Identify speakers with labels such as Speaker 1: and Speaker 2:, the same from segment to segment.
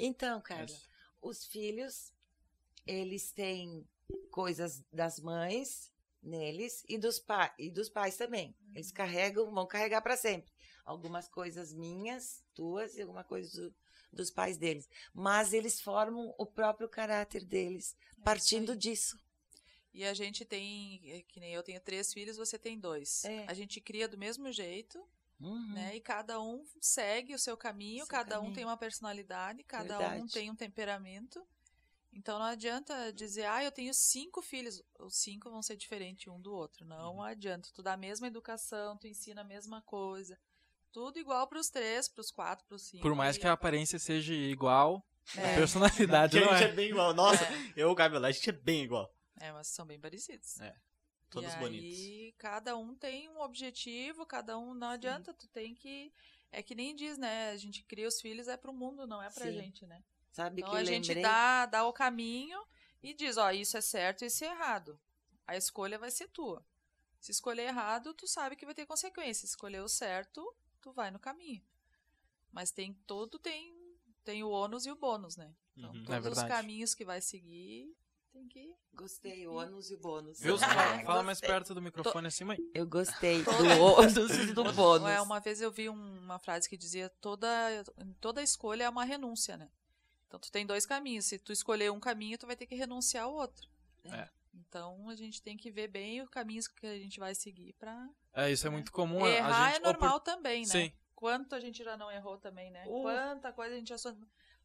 Speaker 1: Então, Carla, os filhos, eles têm coisas das mães neles e dos, pa e dos pais também.
Speaker 2: Uhum.
Speaker 1: Eles carregam, vão carregar para sempre. Algumas coisas minhas, tuas e alguma coisa do- dos pais deles. Mas eles formam o próprio caráter deles,
Speaker 2: É
Speaker 1: partindo disso.
Speaker 2: E a gente tem, é, que nem eu tenho três filhos, você tem dois.
Speaker 1: É.
Speaker 2: A gente cria do mesmo jeito,
Speaker 1: Uhum.
Speaker 2: né? E cada um segue o seu caminho,
Speaker 1: Seu
Speaker 2: cada um
Speaker 1: caminho.
Speaker 2: tem uma personalidade, cada um
Speaker 1: Verdade.
Speaker 2: tem um temperamento. Então não adianta dizer, ah, eu tenho cinco filhos. Os cinco vão ser diferentes um do outro. Não
Speaker 1: Uhum.
Speaker 2: adianta. Tu dá a mesma educação, tu ensina a mesma coisa. Tudo igual pros três, pros quatro, pros cinco.
Speaker 3: Por mais
Speaker 2: Aí
Speaker 3: que a aparência seja igual, a
Speaker 2: É,
Speaker 3: personalidade
Speaker 4: Porque a
Speaker 3: não
Speaker 4: gente é
Speaker 3: é.
Speaker 4: bem igual. Nossa, eu, Gabriel, a gente é bem igual.
Speaker 2: é, mas são bem parecidos.
Speaker 4: É. Todos
Speaker 2: e
Speaker 4: bonitos.
Speaker 2: Aí, cada um tem um objetivo, cada um não adianta, tu tem que é que nem diz, né? A gente cria os filhos é pro mundo, não é pra
Speaker 1: Sim.
Speaker 2: gente, né?
Speaker 1: Sabe
Speaker 2: Então
Speaker 1: que
Speaker 2: a
Speaker 1: eu
Speaker 2: gente
Speaker 1: lembrei?
Speaker 2: dá, dá o caminho e diz, ó, isso é certo e isso é errado. A escolha vai ser tua. Se escolher errado, tu sabe que vai ter consequência. Se escolher o certo, tu vai no caminho. Mas tem todo tem tem o ônus e o bônus, né? Então,
Speaker 4: Uhum.
Speaker 2: todos
Speaker 3: É
Speaker 2: os
Speaker 3: verdade.
Speaker 2: caminhos que vai seguir, tem que
Speaker 1: Gostei, o ônus e o bônus.
Speaker 3: Viu? Fala,
Speaker 2: É,
Speaker 3: fala mais perto do microfone assim, mãe.
Speaker 1: Eu gostei do ônus e do bônus.
Speaker 2: Ué, uma vez eu vi um- uma frase que dizia toda toda escolha é uma renúncia, né? Então tu tem dois caminhos. Se tu escolher um caminho, tu vai ter que renunciar ao outro.
Speaker 3: É.
Speaker 2: Então a gente tem que ver bem os caminhos que a gente vai seguir para
Speaker 3: É, isso é muito comum. a-
Speaker 2: errar
Speaker 3: a gente,
Speaker 2: é normal também, né?
Speaker 3: Sim.
Speaker 2: Quanto a gente já não errou também, né?
Speaker 1: Uh.
Speaker 2: Quanta coisa a gente achou-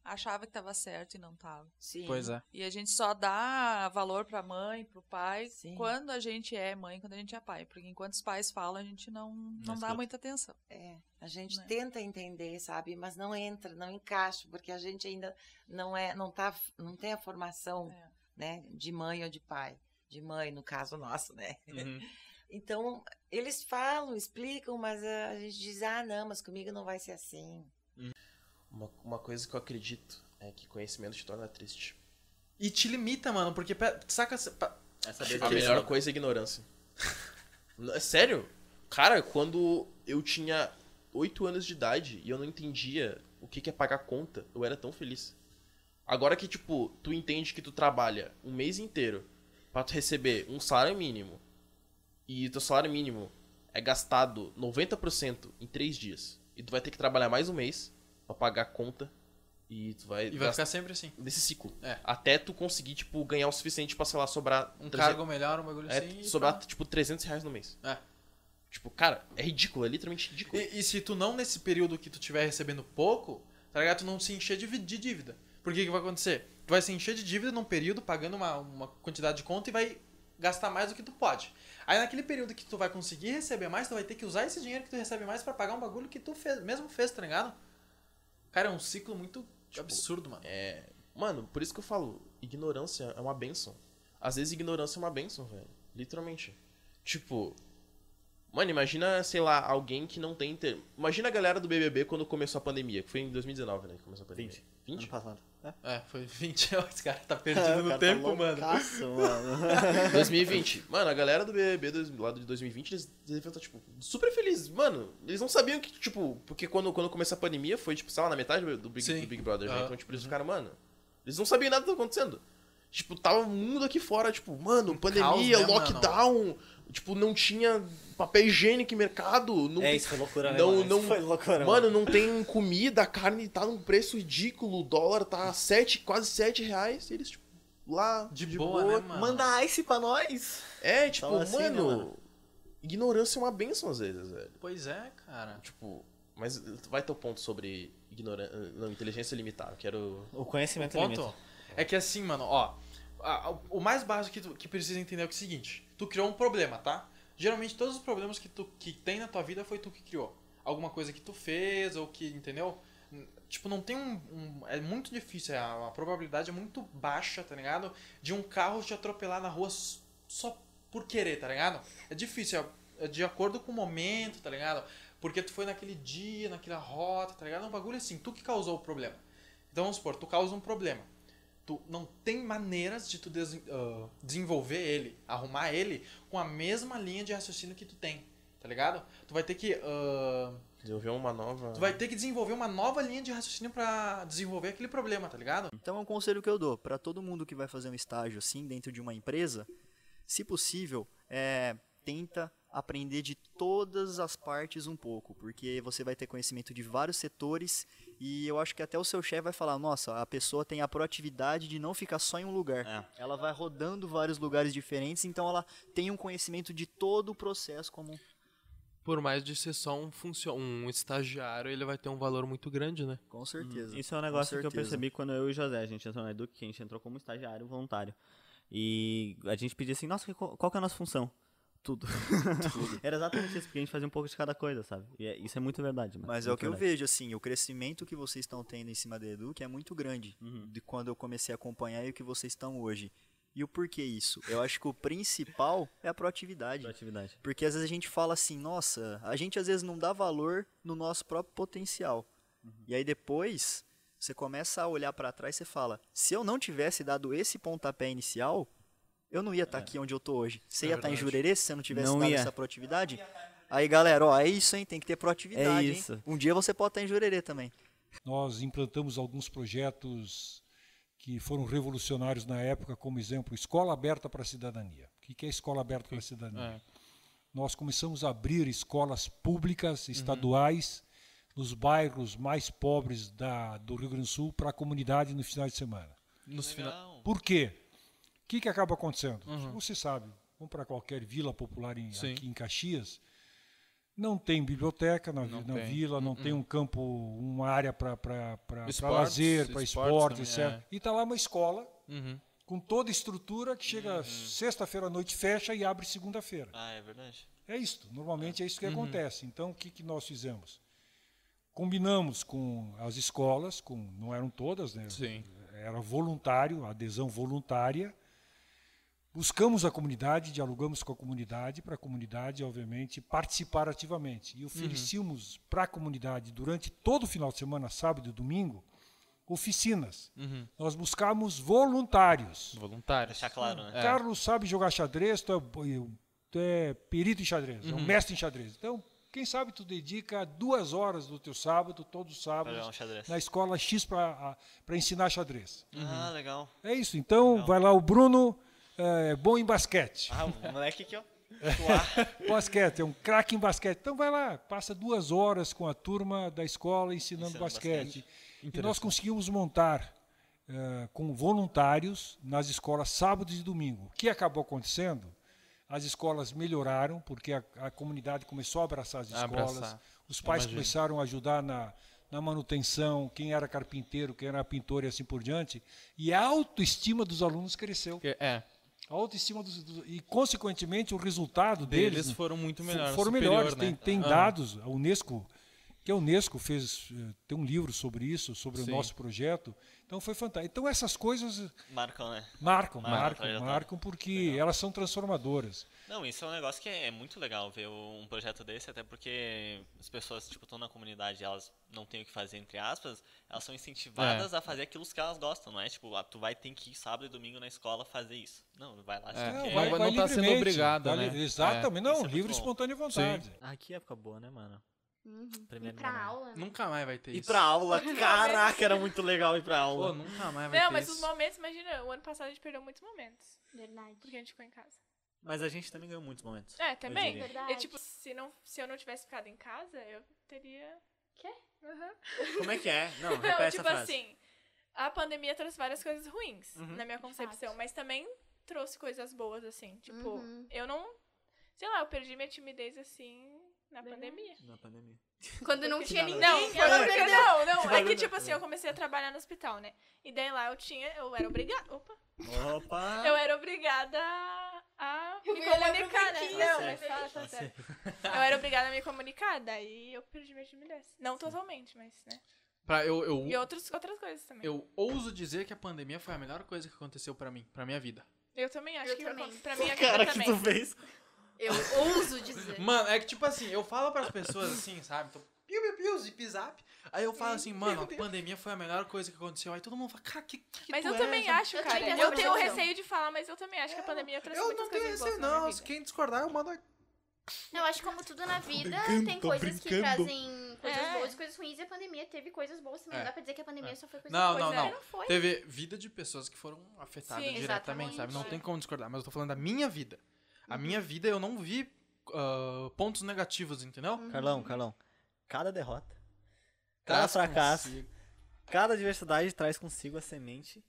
Speaker 2: achava que tava certo e não tava.
Speaker 1: Sim.
Speaker 3: Pois é.
Speaker 2: E a gente só dá valor pra mãe, pro pai,
Speaker 1: Sim.
Speaker 2: quando a gente é mãe, quando a gente é pai. Porque enquanto os pais falam, a gente não, não, dá
Speaker 4: escuta.
Speaker 2: muita atenção.
Speaker 1: É, a gente
Speaker 2: Né?
Speaker 1: tenta entender, sabe, mas não entra, não encaixa, porque a gente ainda não é, não tá, não tem a formação,
Speaker 2: É.
Speaker 1: né, de mãe ou de pai, de mãe no caso nosso, né?
Speaker 4: Uhum.
Speaker 1: Então eles falam, explicam, mas ah, a gente diz, ah, não, mas comigo não vai ser assim.
Speaker 5: Uma, uma coisa que eu acredito é que conhecimento te torna triste.
Speaker 3: E te limita, mano, porque pe- saca. se- pa-
Speaker 4: Essa
Speaker 5: Que
Speaker 4: vez
Speaker 5: a melhor coisa é ignorância. Não, é Sério? Cara, quando eu tinha 8 anos de idade e eu não entendia o que que é pagar conta, eu era tão feliz. Agora que, tipo, tu entende que tu trabalha um mês inteiro pra tu receber um salário mínimo e teu salário mínimo é gastado 90% em 3 dias e tu vai ter que trabalhar mais um mês pra pagar a conta e tu vai,
Speaker 3: E vai
Speaker 5: gastar
Speaker 3: ficar sempre assim.
Speaker 5: nesse ciclo.
Speaker 3: É.
Speaker 5: Até tu conseguir, tipo, ganhar o suficiente pra, sei lá, sobrar
Speaker 3: Um
Speaker 5: 300
Speaker 3: cargo melhor, um bagulho
Speaker 5: é,
Speaker 3: assim. e
Speaker 5: sobrar,
Speaker 3: pá.
Speaker 5: tipo, 300 reais no mês.
Speaker 3: É.
Speaker 5: Tipo, cara, é ridículo, é literalmente ridículo.
Speaker 3: E, e se tu não, nesse período que tu tiver recebendo pouco, tá ligado? Tu não se encher de, vi- de dívida. Por que que vai acontecer? Tu vai se encher de dívida num período, pagando uma, uma quantidade de conta e vai gastar mais do que tu pode. Aí naquele período que tu vai conseguir receber mais, tu vai ter que usar esse dinheiro que tu recebe mais pra pagar um bagulho que tu fez- mesmo fez, tá ligado? Cara, é um ciclo muito
Speaker 4: Tipo,
Speaker 3: absurdo, mano.
Speaker 5: É, Mano, por isso que eu falo, ignorância é uma benção. Às vezes ignorância é uma benção, velho. Literalmente. Tipo, mano, imagina, sei lá, alguém que não tem inter... Imagina a galera do BBB quando começou a pandemia, que foi em 2019, né, que começou a pandemia.
Speaker 4: 20.
Speaker 5: 20?
Speaker 4: Ano passado.
Speaker 3: É, foi 20 anos, esse cara tá perdido no
Speaker 4: né? Cara, tá
Speaker 3: tempo, mano.
Speaker 4: loucaço, mano.
Speaker 5: 2020. Mano, a galera do BBB dois- lá de 2020, eles deviam estar, tipo, super felizes. Mano, eles não sabiam que, tipo, porque quando, quando começou a pandemia foi, tipo, sei lá, na metade do Big,
Speaker 3: Sim.
Speaker 5: do Big Brother, né?
Speaker 3: Aham. Uhum.
Speaker 5: Então, tipo, eles ficaram, mano, eles não sabiam nada do que tá acontecendo. Tipo, tava o mundo aqui fora, tipo, mano, pandemia,
Speaker 3: caos, né,
Speaker 5: lockdown, tipo, não tinha papel higiênico em mercado, não
Speaker 4: É,
Speaker 5: tem
Speaker 4: isso foi loucura, né,
Speaker 5: Não-
Speaker 4: mano? Isso
Speaker 5: não-
Speaker 4: foi loucura,
Speaker 5: Mano, não tem comida, a carne tá num preço ridículo, o dólar tá sete, quase 7 reais, e eles, tipo, lá.
Speaker 3: De, boa, né, mano?
Speaker 4: Manda Ice pra nós.
Speaker 5: É, tipo,
Speaker 4: Fala assim, né,
Speaker 5: mano,
Speaker 4: mano?
Speaker 5: ignorância é uma benção às vezes, velho.
Speaker 3: Pois é, cara.
Speaker 5: Tipo, mas vai teu ponto sobre ignorância. Não, inteligência limitada. eu Quero.
Speaker 4: O conhecimento é
Speaker 3: Ponto?
Speaker 4: limita.
Speaker 3: É que assim, mano, ó. a- a- o mais básico que tu que precisa entender é o seguinte: tu criou um problema, tá? Geralmente todos os problemas que tu que tem na tua vida foi tu que criou. Alguma coisa que tu fez ou que, entendeu? N- Tipo, não tem um. um- é muito difícil, é, a, a probabilidade é muito baixa, tá ligado? De um carro te atropelar na rua s- só por querer, tá ligado? É difícil, é, é de acordo com o momento, tá ligado? Porque tu foi naquele dia, naquela rota, tá ligado? É Um bagulho assim, tu que causou o problema. Então vamos supor, tu causa um problema. Tu não tem maneiras de tu des- ah, desenvolver ele, arrumar ele com a mesma linha de raciocínio que tu tem. tá
Speaker 5: tá ligado? Tu vai ter que. ah,
Speaker 6: Desenvolver uma nova.
Speaker 5: tu vai ter que desenvolver uma nova linha de raciocínio pra desenvolver aquele problema, tá ligado?
Speaker 7: Então é um conselho que eu dou para todo mundo que vai fazer um estágio assim dentro de uma empresa, se possível, é, tenta aprender de todas as partes um pouco, porque você vai ter conhecimento de vários setores e eu acho que até o seu chefe vai falar, nossa, a pessoa tem a proatividade de não ficar só em um lugar.
Speaker 6: É.
Speaker 7: Ela vai rodando vários lugares diferentes, então ela tem um conhecimento de todo o processo como um
Speaker 3: Por mais de ser só um, funcio- um estagiário, ele vai ter um valor muito grande, né?
Speaker 7: com certeza.
Speaker 8: Isso é um negócio que eu
Speaker 7: certeza.
Speaker 8: percebi quando eu e o José, a gente entrou na Eduque, que a gente entrou como estagiário voluntário. E a gente pedia assim, nossa, que- qual que é a nossa função? Tudo. Era exatamente isso, porque a gente fazia um pouco de cada coisa, sabe? E é- isso é muito verdade. mano.
Speaker 7: Mas é o
Speaker 8: Muito
Speaker 7: que eu
Speaker 8: verdade.
Speaker 7: vejo, assim, o crescimento que vocês estão tendo em cima da Edu, que é muito grande,
Speaker 3: Uhum.
Speaker 7: de quando eu comecei a acompanhar e o que vocês estão hoje. E o porquê isso? Eu acho que o principal é a proatividade.
Speaker 8: Da atividade.
Speaker 7: Porque às vezes a gente fala assim, nossa, a gente às vezes não dá valor no nosso próprio potencial.
Speaker 3: Uhum.
Speaker 7: E aí depois você começa a olhar pra trás e você fala, se eu não tivesse dado esse pontapé inicial, eu não ia estar aqui onde eu tô hoje. Você
Speaker 3: É
Speaker 7: ia estar em
Speaker 3: verdade.
Speaker 7: Jurerê se você não tivesse
Speaker 8: Não
Speaker 7: dado
Speaker 8: ia.
Speaker 7: essa proatividade? Aí galera, ó, é isso, hein? Tem que ter proatividade,
Speaker 8: É
Speaker 7: hein?
Speaker 8: isso.
Speaker 7: Um dia você pode estar em Jurerê também.
Speaker 9: Nós implantamos alguns projetos que foram revolucionários na época, como exemplo, Escola Aberta para a Cidadania. O que que é Escola Aberta para a Cidadania? Nós começamos a abrir escolas públicas, estaduais, nos bairros mais pobres da, do Rio Grande do Sul para a comunidade no final de semana.
Speaker 3: Nos fina...
Speaker 9: Por quê? O que, que acaba acontecendo? Você sabe, vamos para qualquer vila popular em,
Speaker 3: Uhum. Sim.
Speaker 9: aqui em Caxias, não tem biblioteca na, vi-
Speaker 3: Não
Speaker 9: na
Speaker 3: tem. Uhum.
Speaker 9: vila, não tem um campo, uma área para
Speaker 3: Esportes,
Speaker 9: lazer, para
Speaker 3: esportes
Speaker 9: esporte,
Speaker 3: também,
Speaker 9: etc.
Speaker 3: é.
Speaker 9: E está lá uma escola
Speaker 3: Uhum.
Speaker 9: com toda a estrutura que chega sexta-feira à noite, fecha e abre segunda-feira.
Speaker 6: Ah, é verdade.
Speaker 9: É isto, normalmente é isso que acontece. Então, o que, que nós fizemos? Combinamos com as escolas, com, não eram todas, né?
Speaker 3: Sim.
Speaker 9: era voluntário, adesão voluntária. Buscamos a comunidade, dialogamos com a comunidade, para a comunidade, obviamente, participar ativamente. E oferecíamos para a comunidade, durante todo o final de semana, sábado e domingo, oficinas. Nós buscamos voluntários.
Speaker 3: Voluntários.
Speaker 6: Deixar claro, né?
Speaker 9: Carlos sabe jogar xadrez, tu é, bo- eu- tu é perito em xadrez,
Speaker 6: Uhum.
Speaker 9: é um mestre em xadrez. Então, quem sabe tu dedica duas horas do teu sábado, todos os
Speaker 6: Pra jogar um
Speaker 9: sábados,
Speaker 6: xadrez.
Speaker 9: na escola X para ensinar xadrez.
Speaker 6: Ah, legal.
Speaker 9: É isso. Então, vai lá o Bruno, é bom em basquete.
Speaker 6: Ah, o moleque aqui, ó.
Speaker 9: Basquete, é um craque em basquete. Então, vai lá, passa duas horas com a turma da escola ensinando,
Speaker 6: Ensinando
Speaker 9: basquete. E nós conseguimos montar eh, com voluntários nas escolas sábados e domingo. O que acabou acontecendo? As escolas melhoraram, porque a, a comunidade começou a abraçar as escolas.
Speaker 3: Abraçar.
Speaker 9: Os pais
Speaker 3: Imagino.
Speaker 9: começaram a ajudar na, na manutenção, quem era carpinteiro, quem era pintor e assim por diante. E a autoestima dos alunos cresceu.
Speaker 3: Que- é,
Speaker 9: A autoestima dos, dos- e, consequentemente, o resultado deles,
Speaker 3: deles foram muito
Speaker 9: fo-
Speaker 3: melhores.
Speaker 9: foram
Speaker 3: superior,
Speaker 9: melhores.
Speaker 3: né?
Speaker 9: Tem, tem
Speaker 3: Ah,
Speaker 9: dados, a Unesco, que a Unesco fez, eh, tem um livro sobre isso, sobre
Speaker 3: Sim.
Speaker 9: o nosso projeto. Então foi fantástico. Então essas coisas
Speaker 6: Marcam, né? Marcam,
Speaker 9: marcam,
Speaker 3: é,
Speaker 9: marcam,
Speaker 3: tá.
Speaker 6: trajetória.
Speaker 9: marcam, porque elas são transformadoras.
Speaker 6: Não, isso é um negócio que é muito legal ver um projeto desse, até porque as pessoas, tipo, estão na comunidade e elas não têm o que fazer, entre aspas, elas são incentivadas
Speaker 3: É.
Speaker 6: a fazer aquilo que elas gostam, não é? Tipo, ah, tu vai ter que ir sábado e domingo na escola fazer isso. Não, vai lá. tipo, se
Speaker 3: É,
Speaker 6: tu quer.
Speaker 3: vai- não tá sendo
Speaker 9: livremente,
Speaker 3: obrigado,
Speaker 9: tá
Speaker 3: né?
Speaker 9: li- Exatamente,
Speaker 6: Isso é
Speaker 9: não,
Speaker 6: muito
Speaker 9: livre e
Speaker 6: bom.
Speaker 9: espontânea vontade.
Speaker 8: Ah, que época boa, né, mano?
Speaker 10: Uhum. E
Speaker 8: Primeiro
Speaker 10: pra
Speaker 8: lugar.
Speaker 10: aula, né?
Speaker 3: Nunca mais vai ter
Speaker 8: Ir
Speaker 3: isso.
Speaker 8: pra aula, caraca, era muito legal ir pra
Speaker 3: Pô,
Speaker 8: aula.
Speaker 3: nunca mais vai
Speaker 11: Não,
Speaker 3: ter
Speaker 11: mas os
Speaker 3: isso.
Speaker 11: momentos, imagina, o ano passado a gente perdeu muitos momentos.
Speaker 10: Verdade.
Speaker 11: Porque a gente ficou em casa.
Speaker 8: Mas a gente também ganhou muitos momentos.
Speaker 11: É, também.
Speaker 8: diria.
Speaker 10: Verdade.
Speaker 11: E tipo, se, não, se eu não tivesse ficado em casa, eu teria.
Speaker 10: Quê?
Speaker 11: Aham.
Speaker 8: Como é que é? Não, repete
Speaker 11: Não,
Speaker 8: essa
Speaker 11: tipo
Speaker 8: frase. Uhum.
Speaker 11: assim, a pandemia trouxe várias coisas ruins na minha concepção,
Speaker 10: Fato.
Speaker 11: mas também trouxe coisas boas, assim. Tipo,
Speaker 10: Uhum.
Speaker 11: eu não. Sei lá, eu perdi minha timidez assim na
Speaker 10: Verdade.
Speaker 11: pandemia.
Speaker 8: Na pandemia.
Speaker 10: Quando não tinha ninguém.
Speaker 11: Não, eu não,
Speaker 10: perdeu.
Speaker 11: não, não. É
Speaker 8: Barulho.
Speaker 11: que, tipo assim, eu comecei a trabalhar no hospital, né? E daí lá eu tinha. Eu era obrigada. Opa!
Speaker 8: Opa!
Speaker 11: Eu era obrigada a- a
Speaker 10: Ah. Eu
Speaker 11: me
Speaker 10: ia olhar pro
Speaker 11: comunicar, né?
Speaker 10: Marquinhos.
Speaker 11: Não,
Speaker 8: Tá
Speaker 11: mas fala, tá certo. Eu era obrigada a me comunicar, daí eu perdi minha timidez. Não totalmente, mas, né?
Speaker 3: Pra- eu, eu,
Speaker 11: E outros, outras coisas também. Eu,
Speaker 3: eu ouso dizer que a pandemia foi a melhor coisa que aconteceu pra mim, pra minha vida.
Speaker 11: também acho
Speaker 10: Eu
Speaker 11: que
Speaker 10: também.
Speaker 11: pra mim
Speaker 8: Cara,
Speaker 11: acaba
Speaker 8: que
Speaker 11: também.
Speaker 8: tu fez?
Speaker 10: Eu ouso dizer.
Speaker 3: Mano, é que tipo assim, eu falo pras pessoas assim, sabe? Tô piu, piu, piu, zip, zap. Aí eu falo assim, mano, a pandemia foi a melhor coisa que aconteceu. Aí todo mundo fala, cara, que, que
Speaker 11: Mas
Speaker 3: tu
Speaker 11: eu
Speaker 3: é,
Speaker 11: também
Speaker 3: sabe?
Speaker 11: acho,
Speaker 10: Eu É,
Speaker 11: cara.
Speaker 10: tive essa
Speaker 11: Eu tenho
Speaker 10: percepção.
Speaker 11: receio de falar, mas eu também acho que a pandemia trouxe
Speaker 3: Eu
Speaker 11: muitas
Speaker 3: não tenho
Speaker 11: coisas boas
Speaker 3: receio,
Speaker 11: na minha
Speaker 3: não.
Speaker 11: vida.
Speaker 3: Quem discordar, eu mando
Speaker 12: Eu acho que como tudo na vida,
Speaker 13: brincando,
Speaker 12: tem
Speaker 13: tô
Speaker 12: coisas que
Speaker 13: brincando.
Speaker 12: trazem coisas
Speaker 14: É.
Speaker 12: boas e coisas ruins. E a pandemia teve coisas boas também.
Speaker 3: É.
Speaker 12: Não dá pra dizer que a pandemia só foi coisa
Speaker 3: Não,
Speaker 12: boa.
Speaker 3: não,
Speaker 12: porque
Speaker 3: não.
Speaker 12: foi.
Speaker 3: Teve vida de pessoas que foram afetadas
Speaker 14: Sim,
Speaker 3: diretamente,
Speaker 12: exatamente. Uhum.
Speaker 3: sabe? Não tem como discordar, mas eu tô falando da minha vida. A minha vida eu não vi ah, pontos negativos, entendeu?
Speaker 12: Uhum.
Speaker 8: Carlão, Carlão, cada derrota, cada
Speaker 3: Traz
Speaker 8: fracasso,
Speaker 3: consigo-
Speaker 8: cada diversidade traz consigo a semente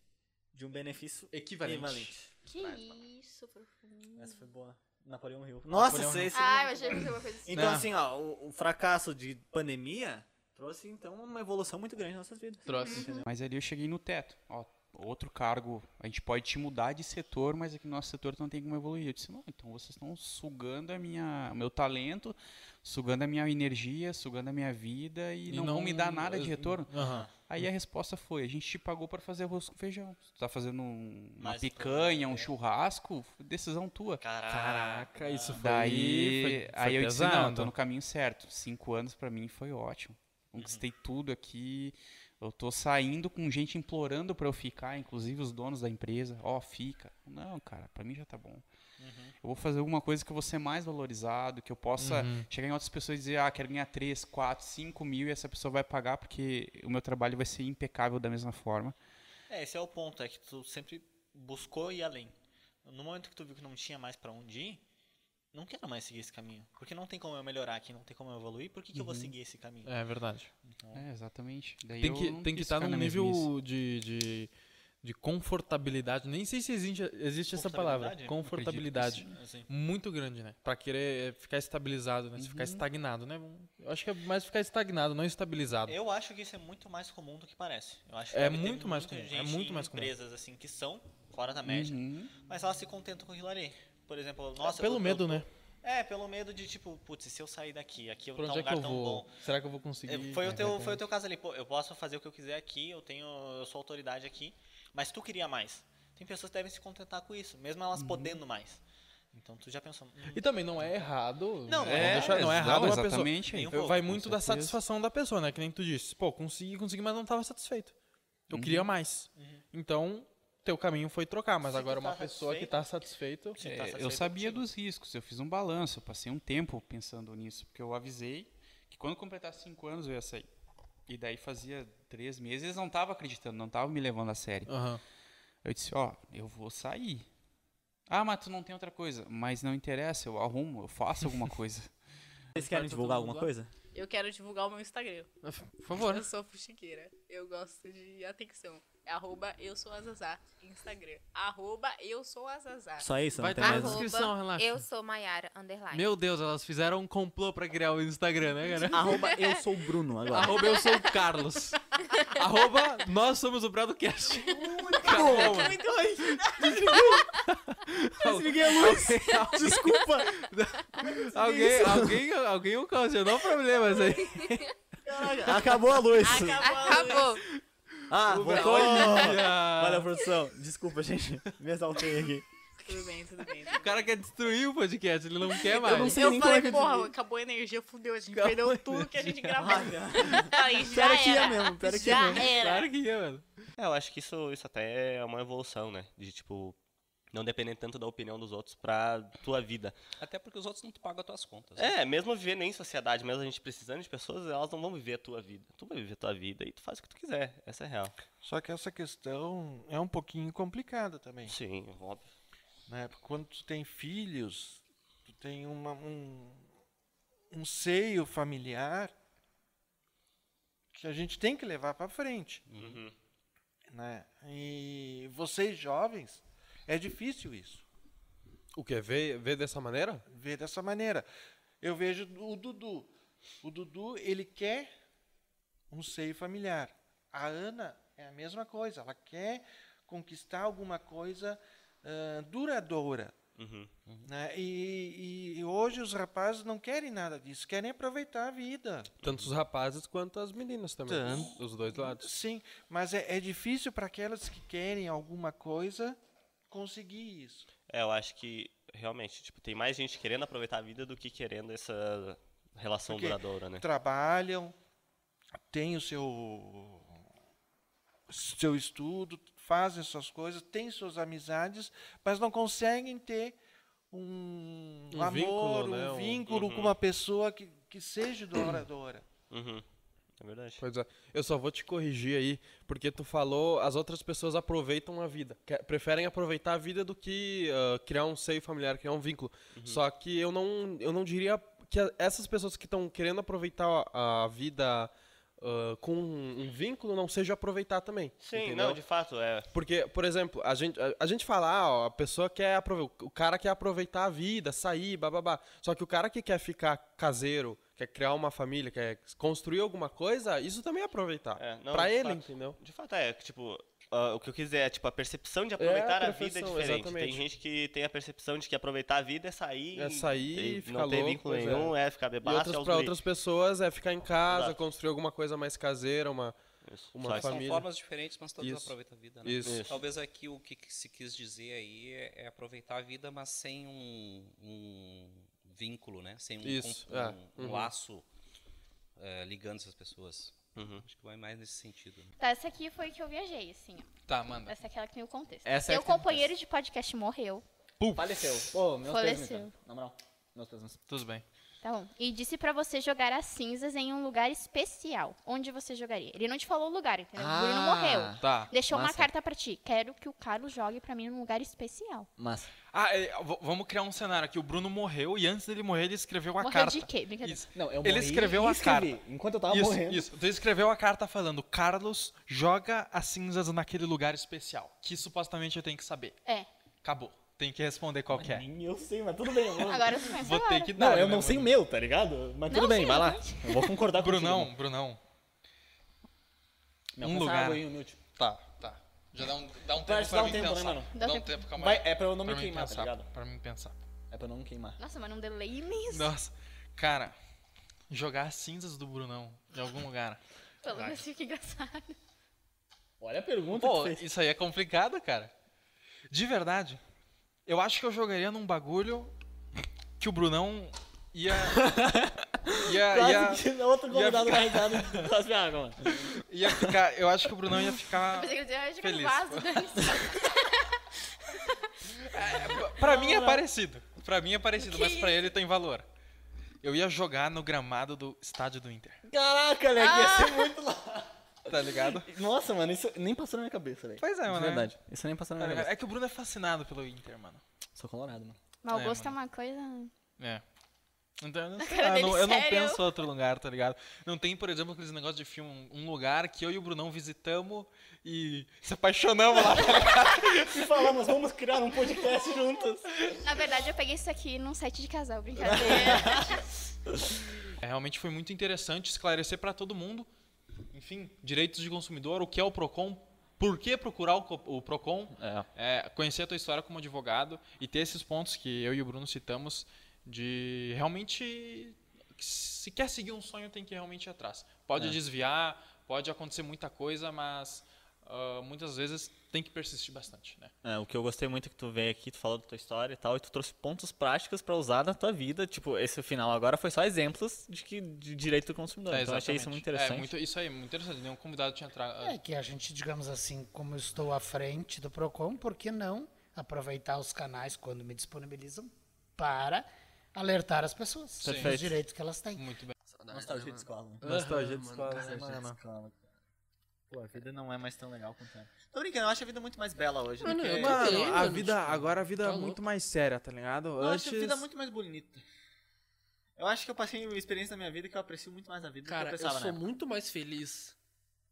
Speaker 8: de um benefício
Speaker 3: Equivalente.
Speaker 8: equivalente.
Speaker 12: Que
Speaker 3: Vai,
Speaker 12: isso, profundo.
Speaker 8: Essa foi boa. Napoleão Hill. Nossa,
Speaker 3: Napoleão
Speaker 8: esse,
Speaker 3: Hill.
Speaker 7: é um
Speaker 8: esse...
Speaker 12: Ah, eu achei que foi uma coisa assim.
Speaker 8: Então,
Speaker 3: Não.
Speaker 8: assim, ó, o, o fracasso de pandemia trouxe, então, uma evolução muito grande nas nossas vidas. Uhum.
Speaker 3: Trouxe.
Speaker 4: Uhum.
Speaker 15: Mas ali eu cheguei no teto. Ó, outro cargo, a gente pode te mudar de setor, mas aqui no nosso setor tu não tem como evoluir. Eu disse, não, então vocês estão sugando a minha, o meu talento, sugando a minha energia, sugando a minha vida e, não, vão me dar nada de retorno.
Speaker 3: Aham.
Speaker 15: Aí a resposta foi, a gente te pagou para fazer arroz com feijão. Se tu tá fazendo um- uma picanha, um churrasco, decisão tua.
Speaker 3: é. Caraca, isso foi.
Speaker 15: Daí,
Speaker 3: foi- foi
Speaker 15: aí eu disse, não,
Speaker 3: pesado.
Speaker 15: eu tô no caminho certo. Cinco anos pra mim foi ótimo. Conquistei tudo aqui. Eu tô saindo com gente implorando pra eu ficar, inclusive os donos da empresa. Ó, fica. Não, cara, pra mim já tá bom. Eu vou fazer alguma coisa que eu vou ser mais valorizado, que eu possa chegar em outras pessoas e dizer, ah, quero ganhar 3, 4, 5 mil e essa pessoa vai pagar porque o meu trabalho vai ser impecável da mesma forma.
Speaker 4: É, esse é o ponto, é que tu sempre buscou ir além. No momento que tu viu que não tinha mais pra onde ir, não quero mais seguir esse caminho. Porque não tem como eu melhorar aqui, não tem como eu evoluir, por que, que eu vou
Speaker 8: Uhum.
Speaker 4: seguir esse caminho?
Speaker 3: É verdade.
Speaker 15: É, exatamente. Daí
Speaker 3: Tem
Speaker 15: eu
Speaker 3: que,
Speaker 15: não
Speaker 3: tem que
Speaker 15: quis
Speaker 3: estar
Speaker 15: ficar
Speaker 3: num
Speaker 15: na mesmice.
Speaker 3: nível de, de, de confortabilidade. Nem sei se existe, existe essa palavra. Confortabilidade.
Speaker 4: Confortabilidade? Acredito que sim, assim.
Speaker 3: Muito grande, né? Pra querer ficar estabilizado, né? Se
Speaker 15: Uhum.
Speaker 3: ficar estagnado, né? Eu acho que é mais ficar estagnado, não estabilizado.
Speaker 4: Eu acho que isso é muito mais comum do que parece. Eu acho que
Speaker 3: É
Speaker 4: deve ter
Speaker 3: muito mais
Speaker 4: muita
Speaker 3: comum, é
Speaker 4: gente
Speaker 3: muito
Speaker 4: em
Speaker 3: mais comum.
Speaker 4: empresas assim que são fora da média,
Speaker 15: Uhum.
Speaker 4: mas elas se contentam com aquilo ali. Por exemplo, nossa,
Speaker 3: Pelo
Speaker 4: eu- eu-
Speaker 3: medo, né?
Speaker 4: É, pelo medo de tipo, putz, e se eu sair daqui, aqui eu
Speaker 3: Pra
Speaker 4: tá um
Speaker 3: onde é que
Speaker 4: lugar
Speaker 3: eu
Speaker 4: tão
Speaker 3: vou?
Speaker 4: bom.
Speaker 3: Será que eu vou
Speaker 4: É,
Speaker 3: conseguir?
Speaker 4: Foi o,
Speaker 3: né?
Speaker 4: teu, foi o teu caso ali, pô, eu posso fazer o que eu quiser aqui, eu tenho, eu sou autoridade aqui, mas tu queria mais. Tem pessoas que devem se contentar com isso, mesmo elas podendo mais. Então tu já pensou, hum,
Speaker 3: E também não é errado.
Speaker 4: Não,
Speaker 3: vamos
Speaker 4: é,
Speaker 3: deixar- não é errado uma pessoa.
Speaker 15: exatamente.
Speaker 4: Nem um
Speaker 3: Eu-
Speaker 4: pouco,
Speaker 3: Vai
Speaker 15: com
Speaker 3: muito da
Speaker 15: certeza.
Speaker 3: satisfação da pessoa, né? Que nem tu disse. Pô, consegui, consegui, mas não tava satisfeito. Eu
Speaker 15: Uhum.
Speaker 3: queria mais. Então, teu caminho foi trocar, mas
Speaker 4: Uhum. Se tu
Speaker 3: agora
Speaker 4: tá
Speaker 3: uma pessoa que tá satisfeito.
Speaker 4: se tu tá
Speaker 15: É,
Speaker 4: satisfeito
Speaker 15: eu sabia
Speaker 4: contigo.
Speaker 15: dos riscos, eu fiz um balanço, eu passei um tempo pensando nisso, porque eu avisei que quando completar cinco anos eu ia sair. E daí fazia três meses, eles não estavam acreditando, não estavam me levando a sério.
Speaker 3: Aham.
Speaker 15: Eu disse, ó, eu vou sair. Ah, mas tu não tem outra coisa. Mas não interessa, eu arrumo, eu faço alguma coisa.
Speaker 8: Vocês querem divulgar alguma coisa?
Speaker 16: Eu quero divulgar o meu Instagram.
Speaker 17: Ah,
Speaker 3: Por favor.
Speaker 16: Eu sou fuxiqueira. Eu gosto de atenção. É arroba eu sou azazá. Instagram. Arroba eu sou azazá.
Speaker 8: Só isso?
Speaker 17: Vai
Speaker 8: não tem
Speaker 17: ter
Speaker 8: mais-
Speaker 17: mais- descrição, relaxa.
Speaker 12: Eu sou Maiara Underline.
Speaker 17: Meu Deus, elas fizeram um complô pra criar o Instagram, né, cara?
Speaker 8: Arroba eu sou o Bruno agora.
Speaker 17: Arroba eu sou o Carlos. Arroba nós somos o Bradocast.
Speaker 8: Desliguei
Speaker 17: é
Speaker 8: a luz. Desculpa.
Speaker 17: Alguém, alguém, alguém ocasionou problemas aí.
Speaker 8: Caraca, Acabou a luz.
Speaker 16: Acabou.
Speaker 8: Ah, voltou. Olha,
Speaker 17: Olha,
Speaker 8: produção. Desculpa, gente. Me exaltei aqui.
Speaker 16: Tudo bem, tudo bem.
Speaker 17: o cara quer destruir o podcast, ele não quer mais.
Speaker 8: Eu não sei
Speaker 16: Eu
Speaker 8: nem como é
Speaker 16: falei,
Speaker 8: que eu
Speaker 16: porra,
Speaker 8: desliguei.
Speaker 16: acabou a energia, fudeu, a gente perdeu tudo que a gente gravou. Aí já
Speaker 8: Pera que ia
Speaker 16: era.
Speaker 8: mesmo. Pera que ia
Speaker 16: já
Speaker 8: mesmo.
Speaker 16: era.
Speaker 17: Claro que é, mano.
Speaker 4: É, eu acho que isso, isso até é uma evolução, né? De tipo, não depender tanto da opinião dos outros pra tua vida.
Speaker 15: Até porque os outros não pagam as tuas contas.
Speaker 18: né?
Speaker 4: É, mesmo viver nem em sociedade, mesmo a gente precisando de pessoas, elas não vão viver a tua vida. Tu vai viver a tua vida e tu faz o que tu quiser. Essa é a real.
Speaker 19: Só que essa questão é um pouquinho complicada também.
Speaker 4: Sim, óbvio.
Speaker 19: Né? Porque quando tu tem filhos, tu tem uma- um, um seio familiar que a gente tem que levar pra frente.
Speaker 20: Uhum.
Speaker 19: Né? E vocês jovens, é difícil isso,
Speaker 17: O que? Ver, ver dessa maneira?
Speaker 19: ver dessa maneira. Eu vejo o Dudu. O Dudu, ele quer um seio familiar. A Ana é a mesma coisa, ela quer conquistar alguma coisa ah, duradoura.
Speaker 4: Uhum.
Speaker 19: né? E, e- e hoje os rapazes não querem nada disso, querem aproveitar a vida.
Speaker 17: Tanto os rapazes quanto as meninas também.
Speaker 19: Tanto.
Speaker 17: Os dois lados.
Speaker 19: Sim, mas é, é difícil para aquelas que querem alguma coisa conseguir isso.
Speaker 4: É, eu acho que realmente, tipo, tem mais gente querendo aproveitar a vida do que querendo essa relação
Speaker 19: Porque
Speaker 4: duradoura,
Speaker 20: Então,
Speaker 4: né?
Speaker 19: Trabalham, têm o seu, seu estudo, fazem suas coisas, têm suas amizades, mas não conseguem ter um,
Speaker 5: Um
Speaker 19: amor,
Speaker 5: vínculo,
Speaker 19: um
Speaker 5: né? Um-
Speaker 19: vínculo
Speaker 5: uhum.
Speaker 19: com uma pessoa que, que seja doadora.
Speaker 5: Uhum. É verdade.
Speaker 6: Pois é. Eu só vou te corrigir aí, porque tu falou as outras pessoas aproveitam a vida. Que- preferem aproveitar a vida do que ah, criar um seio familiar, criar um vínculo. Só que eu não, eu não diria que a- essas pessoas que estão querendo aproveitar a, a vida ah, com um, um vínculo não seja aproveitar também.
Speaker 20: Sim,
Speaker 6: entendeu?
Speaker 20: não, de fato, é.
Speaker 6: Porque, por exemplo, a gente, a, a gente fala, ah, ó, a pessoa quer aproveitar, o cara quer aproveitar a vida, sair, bababá. Só que o cara que quer ficar caseiro, quer criar uma família, quer construir alguma coisa, isso também é aproveitar.
Speaker 20: Não,
Speaker 6: pra
Speaker 20: de
Speaker 6: ele,
Speaker 20: fato.
Speaker 6: entendeu?
Speaker 20: De fato, é, que, tipo, ah, o que eu quiser, é, tipo, a percepção de aproveitar a vida é
Speaker 6: perfeição,
Speaker 20: diferente. Tem
Speaker 6: exatamente.
Speaker 20: gente que tem a percepção de que aproveitar a vida é sair,
Speaker 6: É
Speaker 20: tem-
Speaker 6: sair, ficar
Speaker 20: não ter
Speaker 6: louco,
Speaker 20: vínculo
Speaker 6: pois
Speaker 20: nenhum, é, ficar
Speaker 6: E
Speaker 20: bebaço,
Speaker 6: outras,
Speaker 20: aos
Speaker 6: pra
Speaker 20: guri.
Speaker 6: outras pessoas é ficar em casa,
Speaker 20: Exato.
Speaker 6: construir alguma coisa mais caseira, uma, uma
Speaker 20: Só que são
Speaker 6: família.
Speaker 18: São formas diferentes, mas todos
Speaker 6: Isso.
Speaker 18: aproveitam a vida, né?
Speaker 6: Isso.
Speaker 18: Talvez aqui o que que se quis dizer aí é, é aproveitar a vida, mas sem um, um vínculo, né? Sem um,
Speaker 6: Isso,
Speaker 18: um-
Speaker 6: é.
Speaker 18: um
Speaker 6: Uhum.
Speaker 18: laço eh, ligando essas pessoas.
Speaker 6: Uhum.
Speaker 18: Acho que vai mais nesse sentido. né?
Speaker 12: Tá, essa aqui foi que eu viajei, assim, ó.
Speaker 18: Tá, manda.
Speaker 12: Essa é aquela que tem o contexto.
Speaker 4: Essa é
Speaker 12: Meu
Speaker 4: que tem o
Speaker 12: companheiro de podcast morreu.
Speaker 4: Faleceu. Pô, meus
Speaker 12: Faleceu.
Speaker 4: pêsames, cara. então, Na moral, meus pêsames.
Speaker 3: Tudo bem.
Speaker 12: Tá bom. E disse pra você jogar as cinzas em um lugar especial. Onde você jogaria? Ele não te falou o lugar, entendeu?
Speaker 4: Ah,
Speaker 12: o Bruno morreu.
Speaker 3: tá.
Speaker 12: Deixou uma
Speaker 3: Massa.
Speaker 12: carta pra ti. Quero que o Carlos jogue pra mim num lugar especial.
Speaker 4: Mas.
Speaker 3: Ah, é, v- vamos criar um cenário aqui. O Bruno morreu e antes dele morrer, ele escreveu a
Speaker 12: Morreu
Speaker 3: carta.
Speaker 12: de quê? Brincadeira.
Speaker 4: Não,
Speaker 13: é um
Speaker 4: eu
Speaker 3: ele
Speaker 4: morri
Speaker 3: escreveu
Speaker 4: e
Speaker 3: a
Speaker 4: escrevi,
Speaker 3: carta.
Speaker 4: enquanto eu tava
Speaker 3: isso,
Speaker 4: morrendo.
Speaker 3: Isso. Então ele escreveu a carta falando: Carlos, joga as cinzas naquele lugar especial. Que supostamente eu tenho que saber.
Speaker 12: É.
Speaker 3: Acabou. Tem que responder qual que é.
Speaker 4: Nem eu sei, mas tudo bem. eu vou-
Speaker 12: Agora você faz
Speaker 3: Vou ter que dar.
Speaker 4: Não, eu
Speaker 3: né,
Speaker 4: não sei o meu, tá ligado? Mas
Speaker 12: é Não,
Speaker 4: tudo bem,
Speaker 12: sim,
Speaker 4: vai lá.
Speaker 12: exatamente.
Speaker 4: Eu vou concordar com
Speaker 3: Brunão, Brunão.
Speaker 4: Não,
Speaker 3: um
Speaker 4: pensa
Speaker 3: lugar.
Speaker 4: água aí, humilde.
Speaker 3: Tá, tá. Já dá um, dá um
Speaker 4: Vai,
Speaker 3: tempo
Speaker 4: te
Speaker 3: pra
Speaker 4: dá um
Speaker 3: mim
Speaker 4: tempo, né,
Speaker 3: pensar.
Speaker 4: mano?
Speaker 12: Dá
Speaker 3: um
Speaker 12: tempo.
Speaker 3: tempo, calma
Speaker 4: Vai,
Speaker 3: aí.
Speaker 4: é pra eu não me
Speaker 3: mim
Speaker 4: queimar, tá
Speaker 3: pensar,
Speaker 4: ligado?
Speaker 3: Pra mim pensar.
Speaker 4: É pra eu não me queimar.
Speaker 12: Nossa, mas um delay imenso.
Speaker 3: Nossa, cara, jogar as cinzas do Brunão em algum lugar.
Speaker 12: Pelo menos fica engraçado.
Speaker 4: Olha a pergunta
Speaker 3: Pô,
Speaker 4: que fez.
Speaker 3: isso aí é complicado, cara. De verdade, eu acho que eu jogaria num bagulho que o Brunão ia. ia.
Speaker 4: Quase
Speaker 3: ia,
Speaker 4: que no outro
Speaker 3: ia
Speaker 4: convidado
Speaker 3: ficar-
Speaker 4: vai dar no- quase água, mano.
Speaker 3: ia ficar. Eu acho que o Brunão ia
Speaker 12: Eu
Speaker 3: ficar.
Speaker 12: pensei que ele dizia, "Ah, joga no
Speaker 3: Feliz.
Speaker 12: vaso,
Speaker 16: né?
Speaker 12: dane-se."
Speaker 3: Pra mim é parecido. Pra mim é parecido,
Speaker 12: Que
Speaker 3: mas pra
Speaker 12: isso?
Speaker 3: ele tem valor. Eu ia jogar no gramado do estádio do Inter.
Speaker 4: Caraca, Leg, ia ser muito lá.
Speaker 3: Ah! Tá ligado?
Speaker 4: Nossa, mano, isso nem passou na minha cabeça, velho.
Speaker 3: Pois é, mano.
Speaker 4: Isso é verdade. Isso nem passou na
Speaker 3: Tá
Speaker 4: minha
Speaker 3: ligado?
Speaker 4: cabeça.
Speaker 3: É que o Bruno é fascinado pelo Inter, mano.
Speaker 4: Sou colorado, mano.
Speaker 12: Mas o
Speaker 3: É,
Speaker 12: gosto é, uma coisa.
Speaker 3: É. Então, eu não,
Speaker 12: A
Speaker 3: sei
Speaker 12: cara
Speaker 3: lá, eu
Speaker 12: dele,
Speaker 3: não, eu não
Speaker 12: sério?
Speaker 3: penso em outro lugar, tá ligado? Não tem, por exemplo, aqueles negócios de filme, um- um lugar que eu e o Brunão visitamos e se apaixonamos lá. tá
Speaker 4: E falamos, vamos criar um podcast juntos.
Speaker 12: Na verdade, eu peguei isso aqui num site de casal, brincadeira.
Speaker 3: É, realmente foi muito interessante esclarecer pra todo mundo, enfim, direitos de consumidor, o que é o PROCON, por que procurar o, co- o PROCON, é, conhecer a tua história como advogado e ter esses pontos que eu e o Bruno citamos de realmente, se quer seguir um sonho, tem que realmente ir atrás. Pode
Speaker 6: É.
Speaker 3: desviar, pode acontecer muita coisa, mas ah, muitas vezes tem que persistir bastante, né?
Speaker 4: É, o que eu gostei muito é que tu veio aqui, tu falou da tua história e tal, e tu trouxe pontos práticos pra usar na tua vida. Tipo, esse final agora foi só exemplos de, que, de direito do consumidor.
Speaker 3: É,
Speaker 4: então eu achei isso muito
Speaker 3: exatamente.
Speaker 4: interessante.
Speaker 3: É, muito, isso aí, muito interessante. Nenhum convidado tinha entrado.
Speaker 21: É que a gente, digamos assim, como eu estou à frente do Procon, por que não aproveitar os canais quando me disponibilizam para alertar as pessoas sobre
Speaker 4: Perfeito.
Speaker 21: os direitos que elas têm.
Speaker 3: Muito bem.
Speaker 4: Nostalgia de escola.
Speaker 21: Aham,
Speaker 4: Nostalgia de
Speaker 21: mano,
Speaker 4: escola. né,
Speaker 21: cara,
Speaker 4: Nostalgia de
Speaker 21: mano.
Speaker 4: escola. Pô, a vida não é mais tão legal quanto era. Tô brincando, eu acho a vida muito mais bela hoje
Speaker 6: Mano,
Speaker 4: do que...
Speaker 6: a vida,
Speaker 22: tipo,
Speaker 6: agora a vida é muito mais séria, tá ligado?
Speaker 4: tá Eu
Speaker 6: Antes...
Speaker 4: acho a vida muito mais bonita. Eu acho que eu passei uma experiência na minha vida que eu aprecio muito mais a vida
Speaker 22: Cara,
Speaker 4: do que
Speaker 22: eu né?
Speaker 4: eu pensava
Speaker 22: sou
Speaker 4: na época.
Speaker 22: muito mais feliz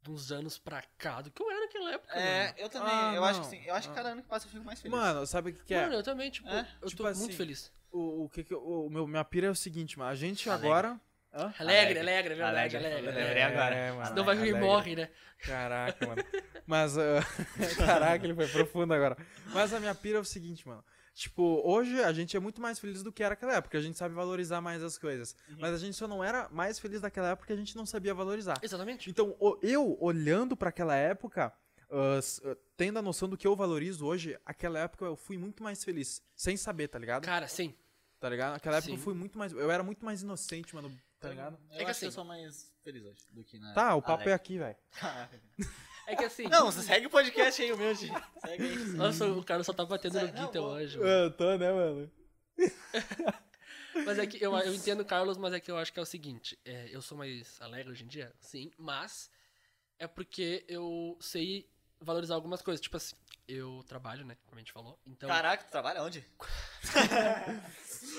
Speaker 22: de uns anos pra cá do que eu era naquela época.
Speaker 4: É,
Speaker 22: mano.
Speaker 4: eu também.
Speaker 6: Ah,
Speaker 4: eu acho que
Speaker 6: não.
Speaker 4: sim. Eu acho que
Speaker 6: Ah.
Speaker 4: cada ano que passa eu fico mais feliz.
Speaker 6: Mano, sabe o que, que é? assim,
Speaker 22: Mano, eu também, tipo, eu tô muito feliz.
Speaker 6: O, o que que eu- o meu, minha pira é o seguinte, mano. A gente
Speaker 22: Alegre.
Speaker 6: agora. Hã?
Speaker 22: Alegre, alegre, é verdade, alegre, alegre. Senão vai que ele morre, né?
Speaker 6: Caraca, mano. Mas. ah, Caraca, ele foi profundo agora. Mas a minha pira é o seguinte, mano. Tipo, hoje a gente é muito mais feliz do que era naquela época, a gente sabe valorizar mais as coisas.
Speaker 22: Uhum.
Speaker 6: Mas a gente só não era mais feliz naquela época porque a gente não sabia valorizar.
Speaker 22: Exatamente.
Speaker 6: Então, o- eu, olhando pra aquela época, ah, s- ah, tendo a noção do que eu valorizo hoje, aquela época eu fui muito mais feliz. Sem saber, tá ligado?
Speaker 22: Cara, sim.
Speaker 6: Tá ligado? Naquela época eu
Speaker 4: Sim.
Speaker 6: fui muito mais. Eu era muito mais inocente, mano.
Speaker 22: É
Speaker 6: Tá ligado?
Speaker 4: É
Speaker 22: assim,
Speaker 3: É
Speaker 4: Eu acho
Speaker 3: assim
Speaker 4: que eu sou mais feliz hoje do que na
Speaker 6: Tá, o papo
Speaker 4: Alegre.
Speaker 6: é aqui, velho.
Speaker 4: Tá.
Speaker 22: É que assim.
Speaker 4: Não, você segue o podcast aí, humilde. Segue aí.
Speaker 22: Nossa, o cara só tá batendo no
Speaker 4: Não,
Speaker 22: Guita
Speaker 4: vou-
Speaker 22: hoje.
Speaker 4: Eu tô, né, mano?
Speaker 22: Mas é que eu, eu entendo, o Carlos, mas é que eu acho que é o seguinte: é, eu sou mais alegre hoje em dia, sim, mas é porque eu sei valorizar algumas coisas. Tipo assim, eu trabalho, né? Como a gente falou. Então,
Speaker 4: Caraca, tu trabalha onde?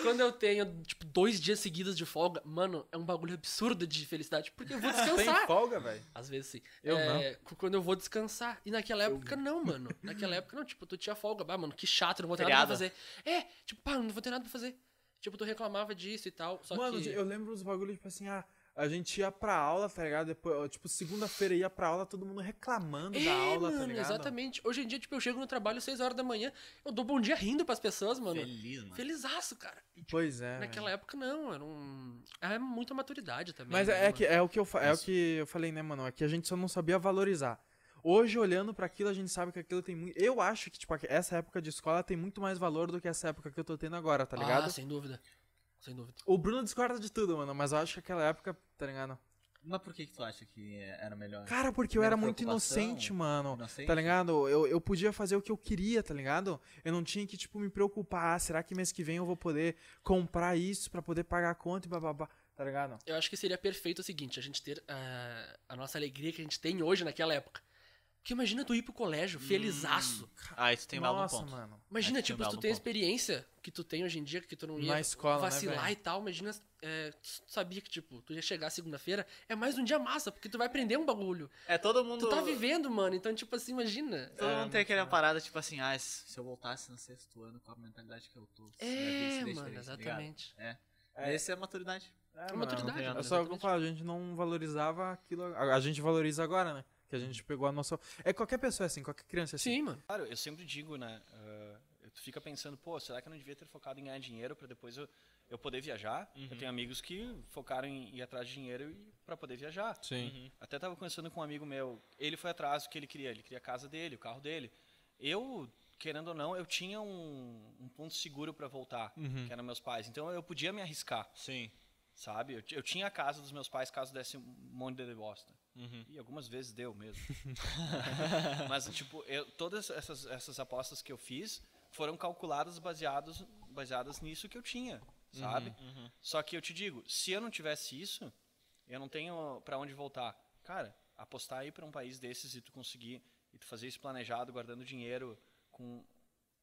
Speaker 22: Quando eu tenho, tipo, dois dias seguidos de folga, mano, é um bagulho absurdo de felicidade, porque eu vou descansar.
Speaker 3: Tem folga, velho?
Speaker 22: Às vezes sim.
Speaker 3: Eu
Speaker 22: É,
Speaker 3: não.
Speaker 22: cu- Quando eu vou descansar. E naquela época, não, mano. Naquela época, não. Tipo, tu tinha folga. Bah, mano, que chato, não vou ter nada pra
Speaker 3: Feriado.
Speaker 22: fazer. É, tipo, pá, não vou ter nada pra fazer. Tipo, tu reclamava disso e tal, só
Speaker 3: Mano,
Speaker 22: que...
Speaker 3: eu lembro dos bagulhos, tipo assim, ah, a gente ia pra aula, tá ligado? Depois, ó, tipo, segunda-feira ia pra aula, todo mundo reclamando da
Speaker 22: É,
Speaker 3: aula, tá
Speaker 22: mano,
Speaker 3: ligado?
Speaker 22: exatamente. Hoje em dia, tipo, eu chego no trabalho às 6 horas da manhã, eu dou bom dia rindo pras pessoas, mano.
Speaker 3: Feliz, mano.
Speaker 22: Felizaço, cara. E, tipo,
Speaker 3: Pois é.
Speaker 22: Naquela época, não, era um... É muita maturidade também.
Speaker 3: Mas
Speaker 22: né,
Speaker 3: é, que,
Speaker 22: mano?
Speaker 3: é, o que eu, fa- é o que eu falei, né, mano? É que a gente só não sabia valorizar. Hoje, olhando pra aquilo, a gente sabe que aquilo tem muito. Eu acho que, tipo, essa época de escola tem muito mais valor do que essa época que eu tô tendo agora, tá ligado?
Speaker 22: Ah, sem dúvida. Sem dúvida.
Speaker 3: O Bruno discorda de tudo, mano, mas eu acho que aquela época, tá ligado?
Speaker 4: Mas por que, que tu acha que era melhor?
Speaker 3: Cara, porque eu era
Speaker 4: Menos
Speaker 3: muito
Speaker 4: Né? preocupação?
Speaker 3: inocente, mano.
Speaker 4: Inocente?
Speaker 3: Tá ligado? Eu, eu podia fazer o que eu queria, tá ligado? Eu não tinha que, tipo, me preocupar. "Ah, será que mês que vem eu vou poder comprar isso pra poder pagar a conta e bababá? Tá ligado?
Speaker 22: Eu acho que seria perfeito o seguinte, a gente ter ah, a nossa alegria que a gente tem hoje naquela época. Porque imagina tu ir pro colégio, felizaço.
Speaker 4: Hum, Ah, isso tem um belo
Speaker 3: Nossa,
Speaker 4: ponto.
Speaker 3: mano.
Speaker 22: Imagina,
Speaker 4: Aí tu tem um
Speaker 22: tipo, se tu
Speaker 4: belo
Speaker 22: tem a
Speaker 4: ponto.
Speaker 22: experiência que tu tem hoje em dia, que tu não ia
Speaker 3: Na escola, né,
Speaker 22: vacilar
Speaker 3: velho?
Speaker 22: e tal, imagina, é, tu sabia que, tipo, tu ia chegar segunda-feira, é mais um dia massa, porque tu vai aprender um bagulho.
Speaker 4: É, todo
Speaker 22: Tu
Speaker 4: mundo-
Speaker 22: tá vivendo, mano, então, tipo assim, imagina.
Speaker 4: Todo
Speaker 3: É,
Speaker 4: mundo tem aquela parada, tipo assim, ah, se se eu voltasse no sexto ano com a mentalidade que eu tô,
Speaker 22: É, mano, exatamente.
Speaker 4: tá É.
Speaker 22: É.
Speaker 4: Essa é a maturidade.
Speaker 3: É,
Speaker 4: mano, não tem
Speaker 3: É
Speaker 4: nada.
Speaker 3: só o que eu falo, a gente não valorizava aquilo. A a gente valoriza agora, né? Que a gente pegou a nossa. É qualquer pessoa é assim, qualquer criança é assim.
Speaker 22: Sim, mano.
Speaker 23: Claro, eu sempre digo, né? ah, tu fica pensando, pô, será que eu não devia ter focado em ganhar dinheiro pra depois eu, eu poder viajar? Eu tenho amigos que focaram em ir atrás de dinheiro e para poder viajar.
Speaker 5: Sim. Uhum.
Speaker 23: Até tava conversando com um amigo meu, ele foi atrás do que ele queria, ele queria a casa dele, o carro dele. Eu, querendo ou não, eu tinha um, um ponto seguro pra voltar,
Speaker 5: Uhum.
Speaker 23: que eram meus pais. Então eu podia me arriscar.
Speaker 5: Sim.
Speaker 23: Sabe? Eu, ti- eu tinha a casa dos meus pais caso desse um monte de bosta.
Speaker 5: Uhum.
Speaker 23: E algumas vezes deu mesmo. Mas, tipo, eu- todas essas, essas apostas que eu fiz foram calculadas baseados, baseadas nisso que eu tinha, sabe?
Speaker 5: Uhum.
Speaker 23: Só que eu te digo, se eu não tivesse isso, eu não tenho pra onde voltar. Cara, apostar aí pra um país desses e tu conseguir, e tu fazer isso planejado, guardando dinheiro, com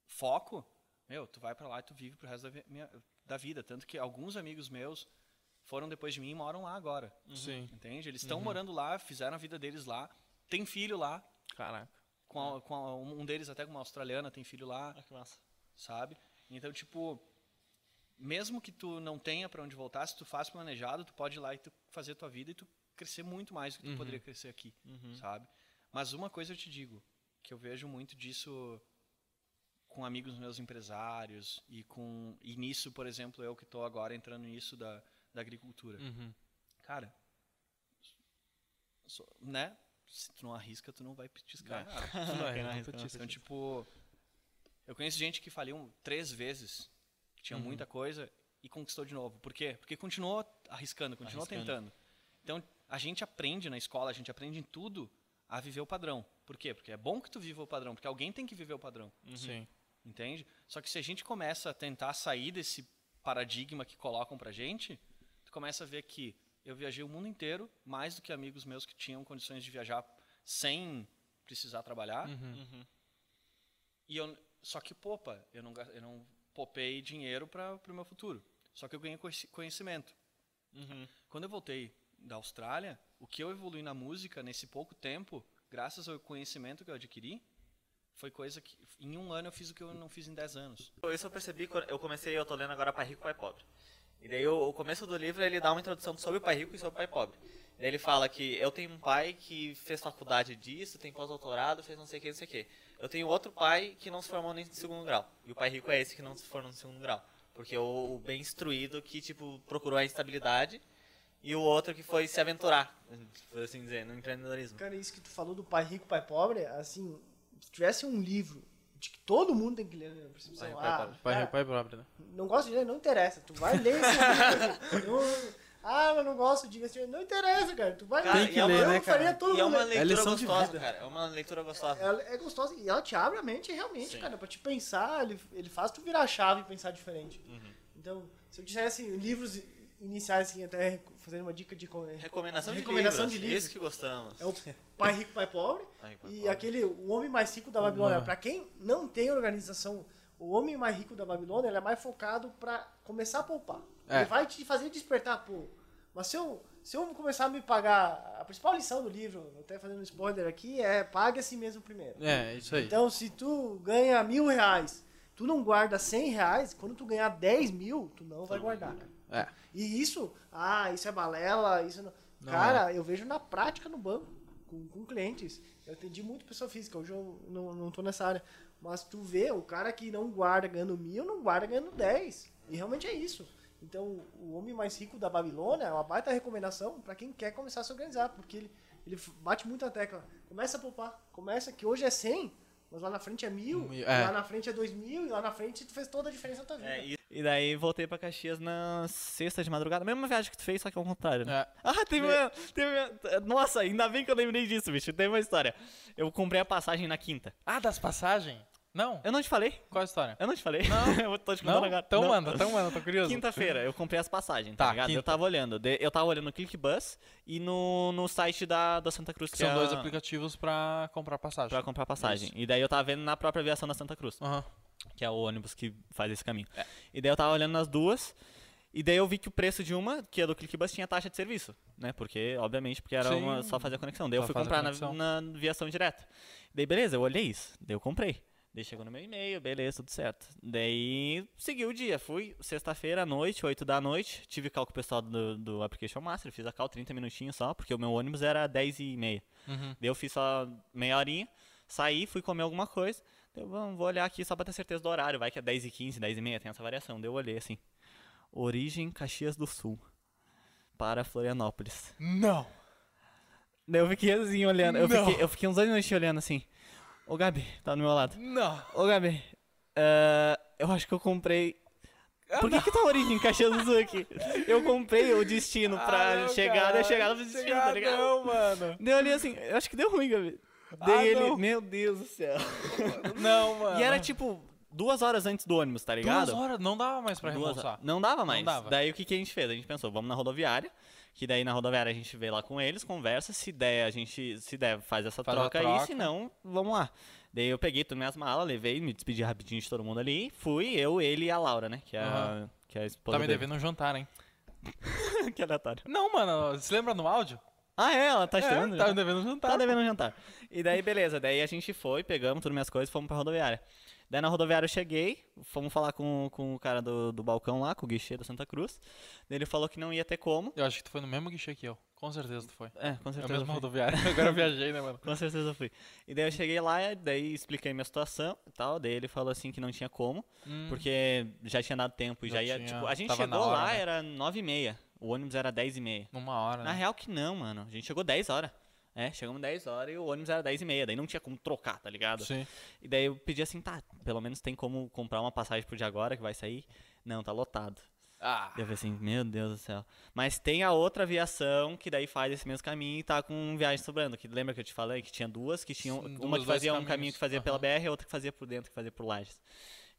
Speaker 23: foco, meu, tu vai pra lá e tu vive pro resto da, vi- minha- da vida. Tanto que alguns amigos meus foram depois de mim e moram lá agora.
Speaker 5: Uhum. Sim.
Speaker 23: Entende? Eles estão
Speaker 5: Uhum.
Speaker 23: morando lá, fizeram a vida deles lá, tem filho lá.
Speaker 5: Caraca.
Speaker 23: Com a- com a- um deles até com uma australiana tem filho lá.
Speaker 5: Ah, que massa.
Speaker 23: Sabe? Então, tipo, mesmo que tu não tenha pra onde voltar, se tu faz planejado, tu pode ir lá e tu fazer tua vida e tu crescer muito mais do que tu
Speaker 5: Uhum.
Speaker 23: poderia crescer aqui,
Speaker 5: Uhum.
Speaker 23: sabe? Mas uma coisa eu te digo, que eu vejo muito disso com amigos meus empresários e com e nisso, por exemplo, eu que estou agora entrando nisso da, da agricultura.
Speaker 5: Uhum.
Speaker 23: Cara, so- né? Se tu não arrisca, tu não vai petiscar.
Speaker 5: Não.
Speaker 23: nada.
Speaker 5: Tu não arrisca, não petisca.
Speaker 23: Então, tipo, eu conheço gente que faliu três vezes, que tinha
Speaker 5: Uhum.
Speaker 23: muita coisa e conquistou de novo. Por quê? Porque continuou arriscando, continuou
Speaker 5: Arriscando.
Speaker 23: tentando. Então, a gente aprende na escola, a gente aprende em tudo a viver o padrão. Por quê? Porque é bom que tu viva o padrão, porque alguém tem que viver o padrão.
Speaker 5: Uhum. Sim.
Speaker 23: Entende? Só que se a gente começa a tentar sair desse paradigma que colocam pra gente, tu começa a ver que eu viajei o mundo inteiro, mais do que amigos meus que tinham condições de viajar sem precisar trabalhar.
Speaker 5: Uhum. Uhum.
Speaker 23: E eu, só que, popa, eu não, ga- eu não popei dinheiro para o meu futuro. Só que eu ganhei conheci- conhecimento. Quando eu voltei da Austrália, o que eu evolui na música nesse pouco tempo, graças ao conhecimento que eu adquiri, foi coisa que em um ano eu fiz o que eu não fiz em dez anos.
Speaker 4: Eu só percebi quando eu comecei, eu tô lendo agora Pai Rico, Pai Pobre. E daí o, o começo do livro ele dá uma introdução sobre o pai rico e sobre o pai pobre. E daí ele fala que eu tenho um pai que fez faculdade disso, tem pós-doutorado, fez não sei o que, não sei o que. Eu tenho outro pai que não se formou nem no segundo grau. E o pai rico é esse que não se formou no segundo grau. Porque é o, o bem instruído que, tipo, procurou a estabilidade e o outro que foi se aventurar, por assim dizer, no empreendedorismo.
Speaker 24: Cara, isso que tu falou do pai rico, pai pobre, assim, se tivesse um livro de que todo mundo tem que ler, né, percepção,
Speaker 4: é.
Speaker 24: ah,
Speaker 3: Pai,
Speaker 24: cara,
Speaker 3: pai, pai, pobre, né?
Speaker 24: não gosto de ler, não interessa, tu vai ler esse livro. Não- Ah, mas não gosto de investir. Não interessa, cara. Tu vai
Speaker 25: Cara,
Speaker 24: ler.
Speaker 25: e é uma-
Speaker 24: eu faria todo
Speaker 25: e é
Speaker 24: mundo
Speaker 25: uma
Speaker 24: ler.
Speaker 25: leitura gostosa, cara. É uma leitura gostosa.
Speaker 24: Ela é gostosa e ela te abre a mente realmente, cara. Pra te pensar, ele, ele faz tu virar a chave e pensar diferente.
Speaker 25: Uhum.
Speaker 24: Então, se eu dissesse livros iniciais, assim, até fazendo uma dica de... co-
Speaker 25: Recomendação de
Speaker 24: recomendação
Speaker 25: livros,
Speaker 24: de livros.
Speaker 25: esse que gostamos.
Speaker 24: É o Pai Rico, Pai Pobre
Speaker 25: Pai Rico, Pai
Speaker 24: e
Speaker 25: Pobre.
Speaker 24: aquele O Homem Mais Rico da
Speaker 3: Uhum.
Speaker 24: Babilônia.
Speaker 25: Uma.
Speaker 24: Pra quem não tem organização, O Homem Mais Rico da Babilônia, ele é mais focado pra começar a poupar.
Speaker 22: É.
Speaker 24: Ele vai te fazer despertar, pô. Mas se eu, se eu começar a me pagar... A principal lição do livro, até fazendo um spoiler aqui, é pague a si mesmo primeiro.
Speaker 3: É, é isso aí.
Speaker 24: Então, se tu ganha mil reais, tu não guarda cem reais, quando tu ganhar dez mil, tu não vai guardar, cara.
Speaker 3: É.
Speaker 24: E isso, ah, isso é balela, isso não.
Speaker 3: Não
Speaker 24: cara,
Speaker 26: é.
Speaker 24: eu vejo na prática no banco, com, com clientes. Eu atendi muito pessoa física, hoje eu não, não tô nessa área. Mas tu vê, o cara que não guarda ganhando mil, não guarda ganhando dez. E realmente é isso. Então, o homem mais rico da Babilônia é uma baita recomendação para quem quer começar a se organizar, porque ele, ele bate muito a tecla. Começa a poupar, começa que hoje é 100, mas lá na frente é mil,
Speaker 26: Mil,
Speaker 24: lá
Speaker 26: é.
Speaker 24: na frente é dois mil, e lá na frente tu fez toda a diferença na tua vida.
Speaker 4: É, E daí voltei pra Caxias na sexta de madrugada. Mesma viagem que tu fez, só que ao contrário, né?
Speaker 3: É.
Speaker 4: Ah, teve uma, teve uma- Nossa, ainda bem que eu lembrei disso, bicho. Teve uma história. Eu comprei a passagem na quinta.
Speaker 3: Ah, das passagens? Não.
Speaker 4: Eu não te falei.
Speaker 3: Qual a história?
Speaker 4: Eu não te falei. Não. eu tô te contando
Speaker 3: Não?
Speaker 4: agora.
Speaker 3: Então manda, então manda, tô curioso.
Speaker 4: Quinta-feira, eu comprei as passagens, tá, ligado? Eu tava olhando. de- Eu tava olhando no ClickBus e no, no site da, da Santa Cruz. Que
Speaker 3: São
Speaker 4: é
Speaker 3: dois
Speaker 4: a-
Speaker 3: aplicativos pra comprar passagem.
Speaker 4: Pra comprar passagem. E daí eu tava vendo na própria aviação da Santa Cruz. Que é o ônibus que faz esse caminho.
Speaker 3: É.
Speaker 4: E daí eu tava olhando nas duas. E daí eu vi que o preço de uma, que é do ClickBus, tinha taxa de serviço, né? Porque, obviamente, porque era
Speaker 3: Sim.
Speaker 4: uma, só fazer a conexão. Daí eu
Speaker 3: Só
Speaker 4: fui
Speaker 3: faz a
Speaker 4: comprar
Speaker 3: conexão.
Speaker 4: na, na viação direta. Daí, beleza, eu olhei isso. Daí eu comprei. Daí chegou no meu e-mail, beleza, tudo certo. Daí segui o dia. Fui sexta-feira à noite, 8 da noite. Tive call com o pessoal do, do Application Master. Fiz a call 30 minutinhos só, porque o meu ônibus era 10 e meia.
Speaker 3: Uhum.
Speaker 4: Daí eu fiz só meia horinha, saí, fui comer alguma coisa. Daí Eu vamos, vou olhar aqui só pra ter certeza do horário. Vai que é 10 e 15, 10 e meia, tem essa variação. Daí eu olhei assim. Origem Caxias do Sul. Para Florianópolis.
Speaker 3: Não.
Speaker 4: Daí eu fiquei assim olhando. Eu
Speaker 3: Não.
Speaker 4: fiquei, eu fiquei uns dois minutos olhando assim. Ô Gabi, tá do meu lado.
Speaker 3: Não.
Speaker 4: Ô Gabi, ah, eu acho que eu comprei. Por que, que tá a origem Caxias do Sul aqui? Eu comprei o destino pra
Speaker 3: Ah, não,
Speaker 4: chegada
Speaker 3: cara.
Speaker 4: e chegada pro destino,
Speaker 3: Chegada
Speaker 4: tá ligado?
Speaker 3: não, mano.
Speaker 4: Deu ali assim, eu acho que deu ruim, Gabi. Dei
Speaker 3: Ah,
Speaker 4: ele,
Speaker 3: não.
Speaker 4: meu Deus do céu.
Speaker 3: Não, mano.
Speaker 4: E era tipo duas horas antes do ônibus, tá ligado?
Speaker 3: Duas horas, não dava mais pra
Speaker 4: Duas
Speaker 3: reembolsar.
Speaker 4: horas. Não dava mais.
Speaker 3: dava.
Speaker 4: Daí o que, que a gente fez? A gente pensou, vamos na rodoviária, que daí na rodoviária a gente vê lá com eles, conversa, se der, a gente se der, faz essa
Speaker 3: Faz a
Speaker 4: troca, aí,
Speaker 3: troca.
Speaker 4: se não, vamos lá. Daí eu peguei, tomei as malas, levei, me despedi rapidinho de todo mundo ali, fui eu, ele e a Laura, né, que é, a,
Speaker 3: Aham.
Speaker 4: que é a esposa
Speaker 3: Tá me
Speaker 4: dele.
Speaker 3: devendo um jantar, hein?
Speaker 4: que é aleatório.
Speaker 3: Não, mano, você lembra no áudio?
Speaker 4: Ah, é? Ela tá
Speaker 3: É,
Speaker 4: estreando?
Speaker 3: tá
Speaker 4: já?
Speaker 3: devendo um jantar.
Speaker 4: Tá devendo um jantar. E daí, beleza. Daí a gente foi, pegamos todas minhas coisas e fomos pra rodoviária. Daí na rodoviária eu cheguei, fomos falar com, com o cara do, do balcão lá, com o guichê da Santa Cruz. Daí ele falou que não ia ter como.
Speaker 3: Eu acho que tu foi no mesmo guichê que eu. Com certeza tu foi.
Speaker 4: É, com
Speaker 3: É o
Speaker 4: certeza. eu fui.
Speaker 3: mesmo rodoviário. Agora eu viajei, né, mano?
Speaker 4: Com certeza eu fui. E daí eu cheguei lá, e daí expliquei minha situação e tal. Daí ele falou assim que não tinha como,
Speaker 3: Hum.
Speaker 4: porque já tinha dado tempo. e
Speaker 3: Já
Speaker 4: Já ia,
Speaker 3: tinha-
Speaker 4: tipo, a gente
Speaker 3: tava na
Speaker 4: chegou
Speaker 3: hora,
Speaker 4: lá,
Speaker 3: né?
Speaker 4: era 9 e meia. O ônibus era 10 e meia.
Speaker 3: Uma hora,
Speaker 4: Na
Speaker 3: né?
Speaker 4: real que não, mano. A gente chegou 10 horas. É, chegamos 10 horas e o ônibus era 10 e meia. Daí não tinha como trocar, tá ligado?
Speaker 3: Sim.
Speaker 4: E daí eu pedi assim, tá, pelo menos tem como comprar uma passagem pro dia agora que vai sair. Não, tá lotado.
Speaker 3: Ah.
Speaker 4: Daí Eu falei assim, meu Deus do céu. Mas tem a outra aviação que daí faz esse mesmo caminho e tá com viagem sobrando. Que lembra que eu te falei que tinha duas, que tinham.
Speaker 3: Sim,
Speaker 4: uma
Speaker 3: duas,
Speaker 4: que
Speaker 3: dois
Speaker 4: fazia um caminho
Speaker 3: caminhos.
Speaker 4: que fazia pela BR e outra que fazia por dentro, que fazia por Lages.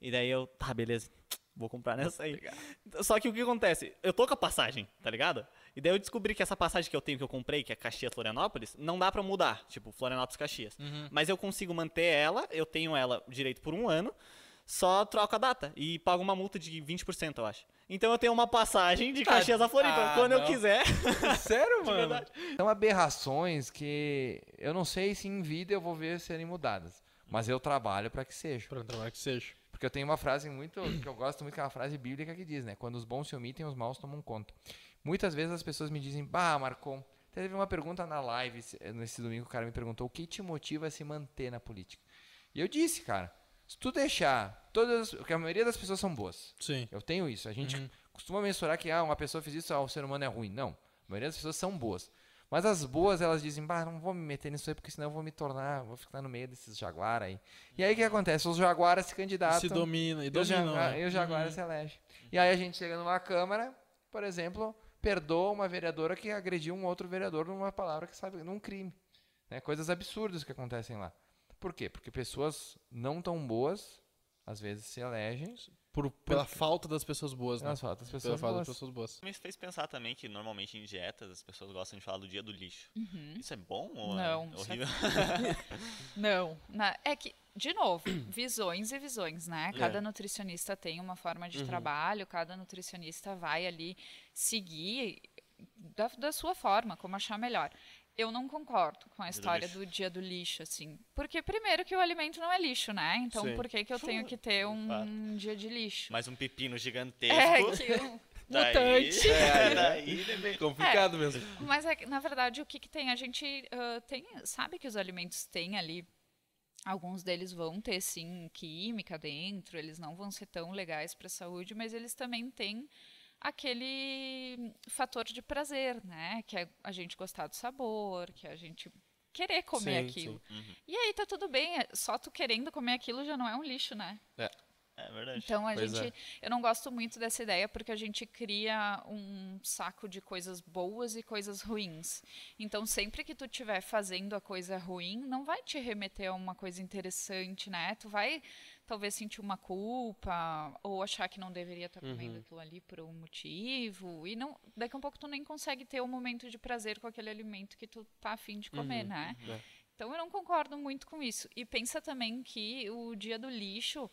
Speaker 4: E daí eu, tá, beleza, vou comprar nessa aí. Tá. Só que o que acontece? Eu tô com a passagem, tá ligado? E daí eu descobri que essa passagem que eu tenho, que eu comprei, que é Caxias-Florianópolis, não dá pra mudar. Tipo, Florianópolis-Caxias.
Speaker 3: Uhum.
Speaker 4: Mas eu consigo manter ela, eu tenho ela direito por um ano, só troco a data e pago uma multa de 20%, eu acho. Então eu tenho uma passagem de
Speaker 3: Tá-
Speaker 4: Caxias a Floripa,
Speaker 3: Ah,
Speaker 4: quando eu
Speaker 3: não.
Speaker 4: quiser.
Speaker 27: Sério,
Speaker 4: De
Speaker 27: mano?
Speaker 4: verdade.
Speaker 27: São aberrações que eu não sei se em vida eu vou ver serem mudadas. Mas eu trabalho pra que seja.
Speaker 3: Pra trabalhar que seja.
Speaker 27: Porque eu tenho uma frase muito. que eu gosto muito, que é uma frase bíblica que diz, né? Quando os bons se omitem, os maus tomam conta. Muitas vezes as pessoas me dizem, bah, Marcon. Teve uma pergunta na live esse- nesse domingo, o cara me perguntou o que te motiva a se manter na política. E eu disse, cara, se tu deixar todas. Porque a maioria das pessoas são boas.
Speaker 3: Sim.
Speaker 27: Eu tenho isso. A gente
Speaker 3: Uhum.
Speaker 27: costuma mensurar que ah, uma pessoa fez isso, ah, o ser humano é ruim. Não. A maioria das pessoas são boas. Mas as boas, elas dizem, bah, não vou me meter nisso aí, porque senão eu vou me tornar, vou ficar no meio desses jaguar aí. E aí o que acontece? Os jaguaras se candidatam.
Speaker 3: Se domina- e
Speaker 27: os
Speaker 3: dominam,
Speaker 27: jagua-
Speaker 3: né?
Speaker 27: E os jaguaras
Speaker 3: Uhum.
Speaker 27: se elegem. E aí a gente chega numa Câmara, por exemplo, perdoa uma vereadora que agrediu um outro vereador numa palavra que sabe, num crime. Né? Coisas absurdas que acontecem lá. Por quê? Porque pessoas não tão boas às vezes se elegem
Speaker 28: Por, pela falta das pessoas boas, né?
Speaker 27: Pela falta das
Speaker 28: Pela
Speaker 27: pessoas
Speaker 28: falta
Speaker 27: boas.
Speaker 28: das pessoas boas.
Speaker 23: Isso me fez pensar também que normalmente em dietas as pessoas gostam de falar do dia do lixo.
Speaker 29: Uhum.
Speaker 23: Isso é bom ou
Speaker 29: Não,
Speaker 23: é
Speaker 29: isso
Speaker 23: horrível?
Speaker 29: Não, na- é que, de novo, visões e visões, né?
Speaker 23: É.
Speaker 29: Cada nutricionista tem uma forma de
Speaker 2: Uhum.
Speaker 29: trabalho, cada nutricionista vai ali seguir da, da sua forma, como achar melhor. Eu não concordo com a
Speaker 2: Dia do
Speaker 29: história
Speaker 2: lixo.
Speaker 29: do dia do lixo, assim. Porque, primeiro, que o alimento não é lixo, né? Então,
Speaker 23: Sim.
Speaker 29: por que, que eu tenho que ter um dia de lixo?
Speaker 23: Mais um pepino gigantesco.
Speaker 29: É, que um
Speaker 23: Daí-
Speaker 29: mutante.
Speaker 23: É, daí é meio
Speaker 29: É, Mas, é que, na verdade, o que, que tem? A gente ah, tem, sabe que os alimentos têm ali. Alguns deles vão ter, sim, química dentro, eles não vão ser tão legais para a saúde, mas eles também têm aquele fator de prazer, né? Que é a gente gostar do sabor, que é a gente querer comer
Speaker 23: Sim,
Speaker 29: aquilo.
Speaker 23: sim. Uhum.
Speaker 29: E aí tá tudo bem, é- só tu querendo comer aquilo já não é um lixo, né?
Speaker 28: É.
Speaker 23: É verdade.
Speaker 29: Então a gente, eu não gosto muito dessa ideia porque a gente cria um saco de coisas boas e coisas ruins. Então sempre que tu estiver fazendo a coisa ruim, não vai te remeter a uma coisa interessante, né? Tu vai talvez sentir uma culpa ou achar que não deveria estar comendo
Speaker 2: Uhum.
Speaker 29: aquilo ali por um motivo e não, daqui a pouco tu nem consegue ter um momento de prazer com aquele alimento que tu tá afim de comer,
Speaker 2: Uhum,
Speaker 29: né?
Speaker 2: uhum. É.
Speaker 29: Então eu não concordo muito com isso. E pensa também que o dia do lixo.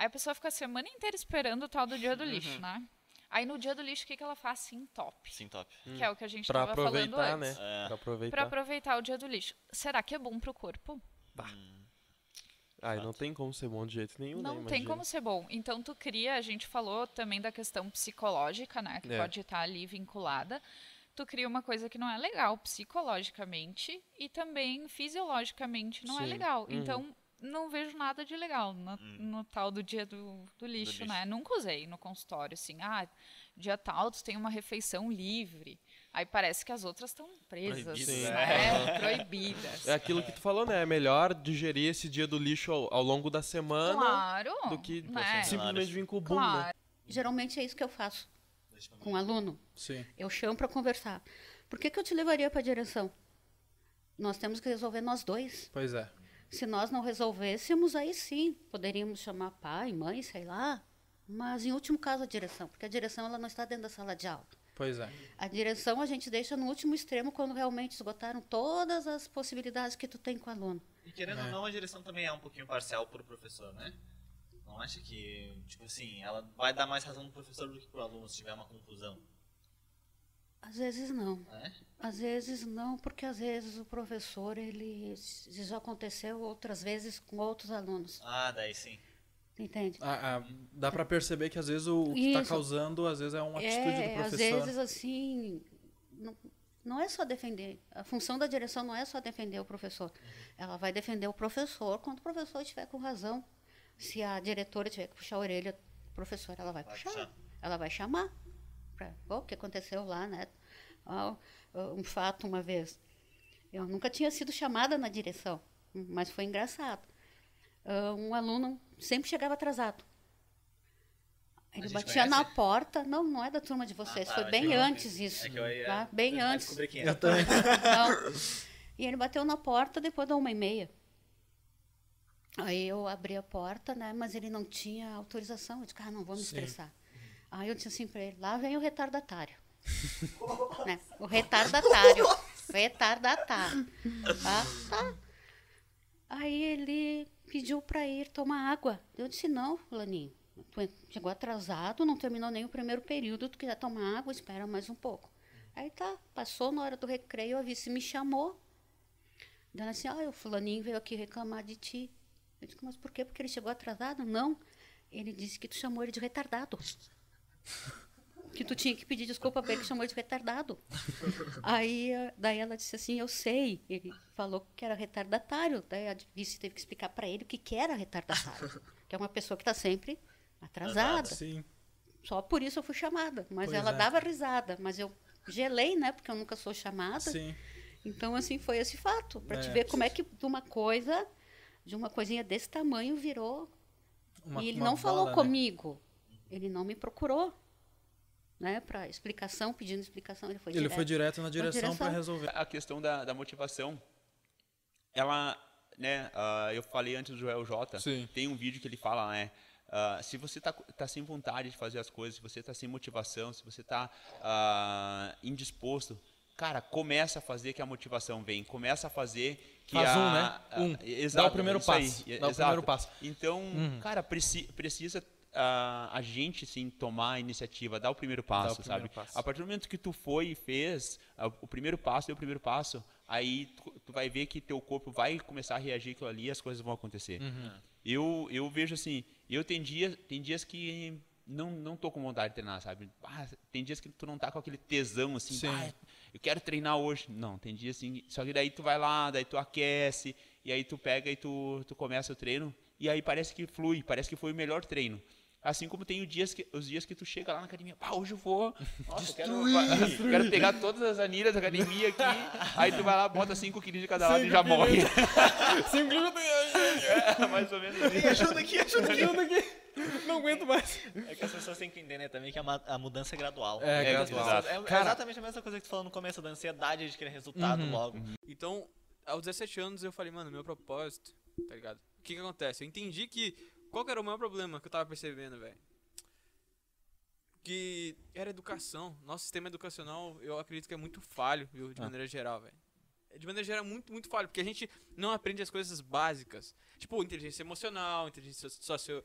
Speaker 29: Aí a pessoa fica a semana inteira esperando o tal do dia do
Speaker 23: Uhum.
Speaker 29: lixo, né? Aí no dia do lixo, o que, que ela faz? Se entope.
Speaker 23: Sim, top.
Speaker 4: Hum.
Speaker 29: Que é o que a gente
Speaker 28: Pra
Speaker 29: tava falando
Speaker 28: aproveitar,
Speaker 29: antes.
Speaker 28: né? É. Pra aproveitar.
Speaker 29: Pra aproveitar o dia do lixo. Será que é bom pro corpo?
Speaker 28: Ah, e Hum. não tem como ser bom de jeito nenhum, né?
Speaker 29: Não tem
Speaker 28: Imagina.
Speaker 29: como ser bom. Então tu cria, a gente falou também da questão psicológica, né? Que
Speaker 28: É.
Speaker 29: pode estar ali vinculada. Tu cria uma coisa que não é legal psicologicamente e também fisiologicamente não é
Speaker 2: Sim.
Speaker 29: legal.
Speaker 2: Uhum.
Speaker 29: Então não vejo nada de legal no, no tal do dia do, do lixo,
Speaker 2: lixo.
Speaker 29: né? Nunca usei no consultório, assim, ah, dia tal tu tem uma refeição livre. Aí parece que as outras estão presas,
Speaker 28: Proibidas.
Speaker 29: né?
Speaker 28: Sim.
Speaker 29: Proibidas.
Speaker 28: É aquilo que tu falou, né? É melhor digerir esse dia do lixo ao, ao longo da semana
Speaker 29: Claro,
Speaker 28: do que assim,
Speaker 29: né?
Speaker 28: simplesmente vir com o boom, né?
Speaker 30: Geralmente é isso que eu faço com um aluno.
Speaker 28: Sim.
Speaker 30: Eu chamo para conversar. Por que, que eu te levaria para a direção? Nós temos que resolver nós dois.
Speaker 5: Pois é.
Speaker 30: Se nós não resolvêssemos, aí sim, poderíamos chamar pai, mãe, sei lá. Mas, em último caso, a direção. Porque a direção ela não está dentro da sala de aula.
Speaker 5: Pois é.
Speaker 30: A direção a gente deixa no último extremo quando realmente esgotaram todas as possibilidades que tu tem com o aluno.
Speaker 23: E querendo ou não, a direção também é um pouquinho parcial pro professor, né? Não acha que, tipo assim, ela vai dar mais razão pro professor do que pro aluno se tiver uma conclusão?
Speaker 30: Às vezes não.
Speaker 5: Ah, é?
Speaker 30: Às vezes não, porque às vezes o professor, ele... Isso já aconteceu outras vezes com outros alunos,
Speaker 23: Ah, daí sim.
Speaker 30: entende?
Speaker 5: Ah, ah, dá pra perceber que às vezes o, o que tá
Speaker 30: Isso.
Speaker 5: causando, às vezes é uma atitude
Speaker 30: É,
Speaker 5: do professor.
Speaker 30: às vezes assim, não, não é só defender. A função da direção não é só defender o professor.
Speaker 5: Uhum.
Speaker 30: Ela vai defender o professor quando o professor estiver com razão. Se a diretora tiver que puxar a orelha do professor, ela vai, puxar. Ela vai chamar. Pra, "Ó, o que aconteceu lá, né? Ó, ó, um fato uma vez. Eu nunca tinha sido chamada na direção, mas foi engraçado. Ah, um aluno sempre chegava atrasado. Ele
Speaker 2: gente
Speaker 30: batia na
Speaker 2: conhece?
Speaker 30: porta. Não, não é da turma de vocês.
Speaker 2: tá,
Speaker 30: foi
Speaker 2: eu
Speaker 30: bem
Speaker 2: achei que-
Speaker 30: antes isso.
Speaker 2: é que eu ia-
Speaker 30: tá? Bem
Speaker 2: eu ia
Speaker 30: antes.
Speaker 2: descobrir quem é. era. Eu também.
Speaker 30: Não. E ele bateu na porta depois da uma e meia. Aí eu abri a porta, né? Mas ele não tinha autorização. Eu disse, ah, não vou me
Speaker 2: Sim.
Speaker 30: estressar. Aí eu disse assim pra ele, lá vem o retardatário. né? O retardatário. retardatário. Tá? Tá. Aí ele pediu para ir tomar água. Eu disse, não, fulaninho. Tu en- chegou atrasado, não terminou nem o primeiro período, tu quiser tomar água, espera mais um pouco. Aí tá, passou na hora do recreio, a vice me chamou. Daí ela disse, ah, o fulaninho veio aqui reclamar de ti. Eu disse, mas por quê? Porque ele chegou atrasado? Não, ele disse que tu chamou ele de retardado. Que tu tinha que pedir desculpa pra ele que chamou ele de retardado. Aí, eh, daí ela disse assim, eu sei. Ele falou que era retardatário. Daí a vice teve que explicar para ele o que, que era retardatário. Que é uma pessoa que está sempre
Speaker 10: Ah,
Speaker 30: atrasada.
Speaker 5: Sim.
Speaker 30: Só por isso eu fui chamada. Mas
Speaker 2: Pois
Speaker 30: ela
Speaker 2: é.
Speaker 30: dava risada. Mas eu gelei, né? Porque eu nunca sou chamada.
Speaker 2: Sim.
Speaker 30: Então, assim, foi esse fato. Para te
Speaker 2: É.
Speaker 30: ver como é que de uma coisa, de uma coisinha desse tamanho, virou...
Speaker 2: Uma-
Speaker 30: e ele
Speaker 2: uma né?
Speaker 30: não falou
Speaker 2: bola, né?
Speaker 30: comigo. Ele não me procurou. né, para explicação, pedindo explicação. Ele foi
Speaker 3: Ele
Speaker 30: direto,
Speaker 3: foi direto na
Speaker 30: Foi
Speaker 3: direção para resolver.
Speaker 28: A questão da, da motivação, ela, né, ah, eu falei antes do Joel J,
Speaker 3: Sim.
Speaker 28: tem um vídeo que ele fala, né, ah, se você tá, co- tá sem vontade de fazer as coisas, se você tá sem motivação, se você tá ah, indisposto, cara, começa a fazer que a motivação vem, começa a fazer que
Speaker 3: Faz
Speaker 28: a,
Speaker 3: um, né?
Speaker 28: a-
Speaker 3: Um.
Speaker 28: exato, é
Speaker 3: Dá o primeiro
Speaker 28: isso aí,
Speaker 3: passo.
Speaker 28: e-
Speaker 3: Dá o
Speaker 28: exato.
Speaker 3: primeiro passo.
Speaker 28: Então,
Speaker 3: Uhum.
Speaker 28: cara, preci- precisa ah, a gente sim tomar a iniciativa, dar o primeiro passo,
Speaker 3: o primeiro
Speaker 28: sabe?
Speaker 3: passo.
Speaker 28: A partir do momento que tu foi e fez ah, o primeiro passo, deu o primeiro passo, aí tu, tu vai ver que teu corpo vai começar a reagir aquilo ali, e as coisas vão acontecer.
Speaker 3: Uhum.
Speaker 28: Eu eu vejo assim, eu tem dias, tem dias que não não tô com vontade de treinar, sabe? Ah, tem dias que tu não tá com aquele tesão assim,
Speaker 3: Sim.
Speaker 28: "Ah, eu quero treinar hoje. Não, tem dia assim. Só que daí tu vai lá, daí tu aquece, e aí tu pega e tu, tu começa o treino, e aí parece que flui, parece que foi o melhor treino. Assim como tem os dias que, os dias que tu chega lá na academia, pá, hoje eu vou. Nossa, eu quero,
Speaker 27: Destruir,
Speaker 28: pa-
Speaker 27: destruir.
Speaker 28: quero pegar todas as anilhas da academia aqui. aí tu vai lá, bota 5 quilos de cada lado e
Speaker 27: Cinco
Speaker 28: já morre.
Speaker 27: quilos. Cinco quilos,
Speaker 28: É, mais ou menos. assim.
Speaker 27: Ajuda aqui, ajuda aqui, ajuda aqui.
Speaker 4: Não aguento mais.
Speaker 31: É que as pessoas têm que entender também que a, ma- a mudança é gradual.
Speaker 4: É,
Speaker 31: que as
Speaker 4: gradual.
Speaker 31: pessoas- é- é
Speaker 4: Cara-
Speaker 31: exatamente a mesma coisa que tu falou no começo, da ansiedade de querer resultado
Speaker 4: Uhum.
Speaker 31: logo.
Speaker 15: Então, aos 17 anos eu falei, mano, meu propósito, tá ligado? O que que acontece? Eu entendi que qual que era o maior problema que eu tava percebendo, velho? Que era educação. Nosso sistema educacional, eu acredito que é muito falho, viu, de
Speaker 28: Ah.
Speaker 15: maneira geral, velho. De maneira geral, é muito, muito falho, porque a gente não aprende as coisas básicas. Tipo, inteligência emocional, inteligência socio...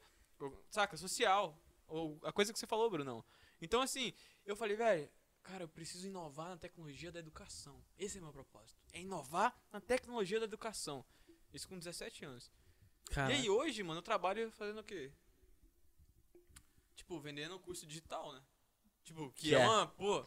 Speaker 15: Saca? Social. Ou a coisa que você falou, Brunão. Então, assim, eu falei, velho, cara, eu preciso inovar na tecnologia da educação. Esse é meu propósito. É inovar na tecnologia da educação. Isso com 17 anos.
Speaker 32: Caraca.
Speaker 15: E aí hoje, mano, eu trabalho fazendo o quê? Tipo, vendendo curso digital, né? Tipo, que,
Speaker 4: Que
Speaker 15: é,
Speaker 4: é.
Speaker 15: uma, pô.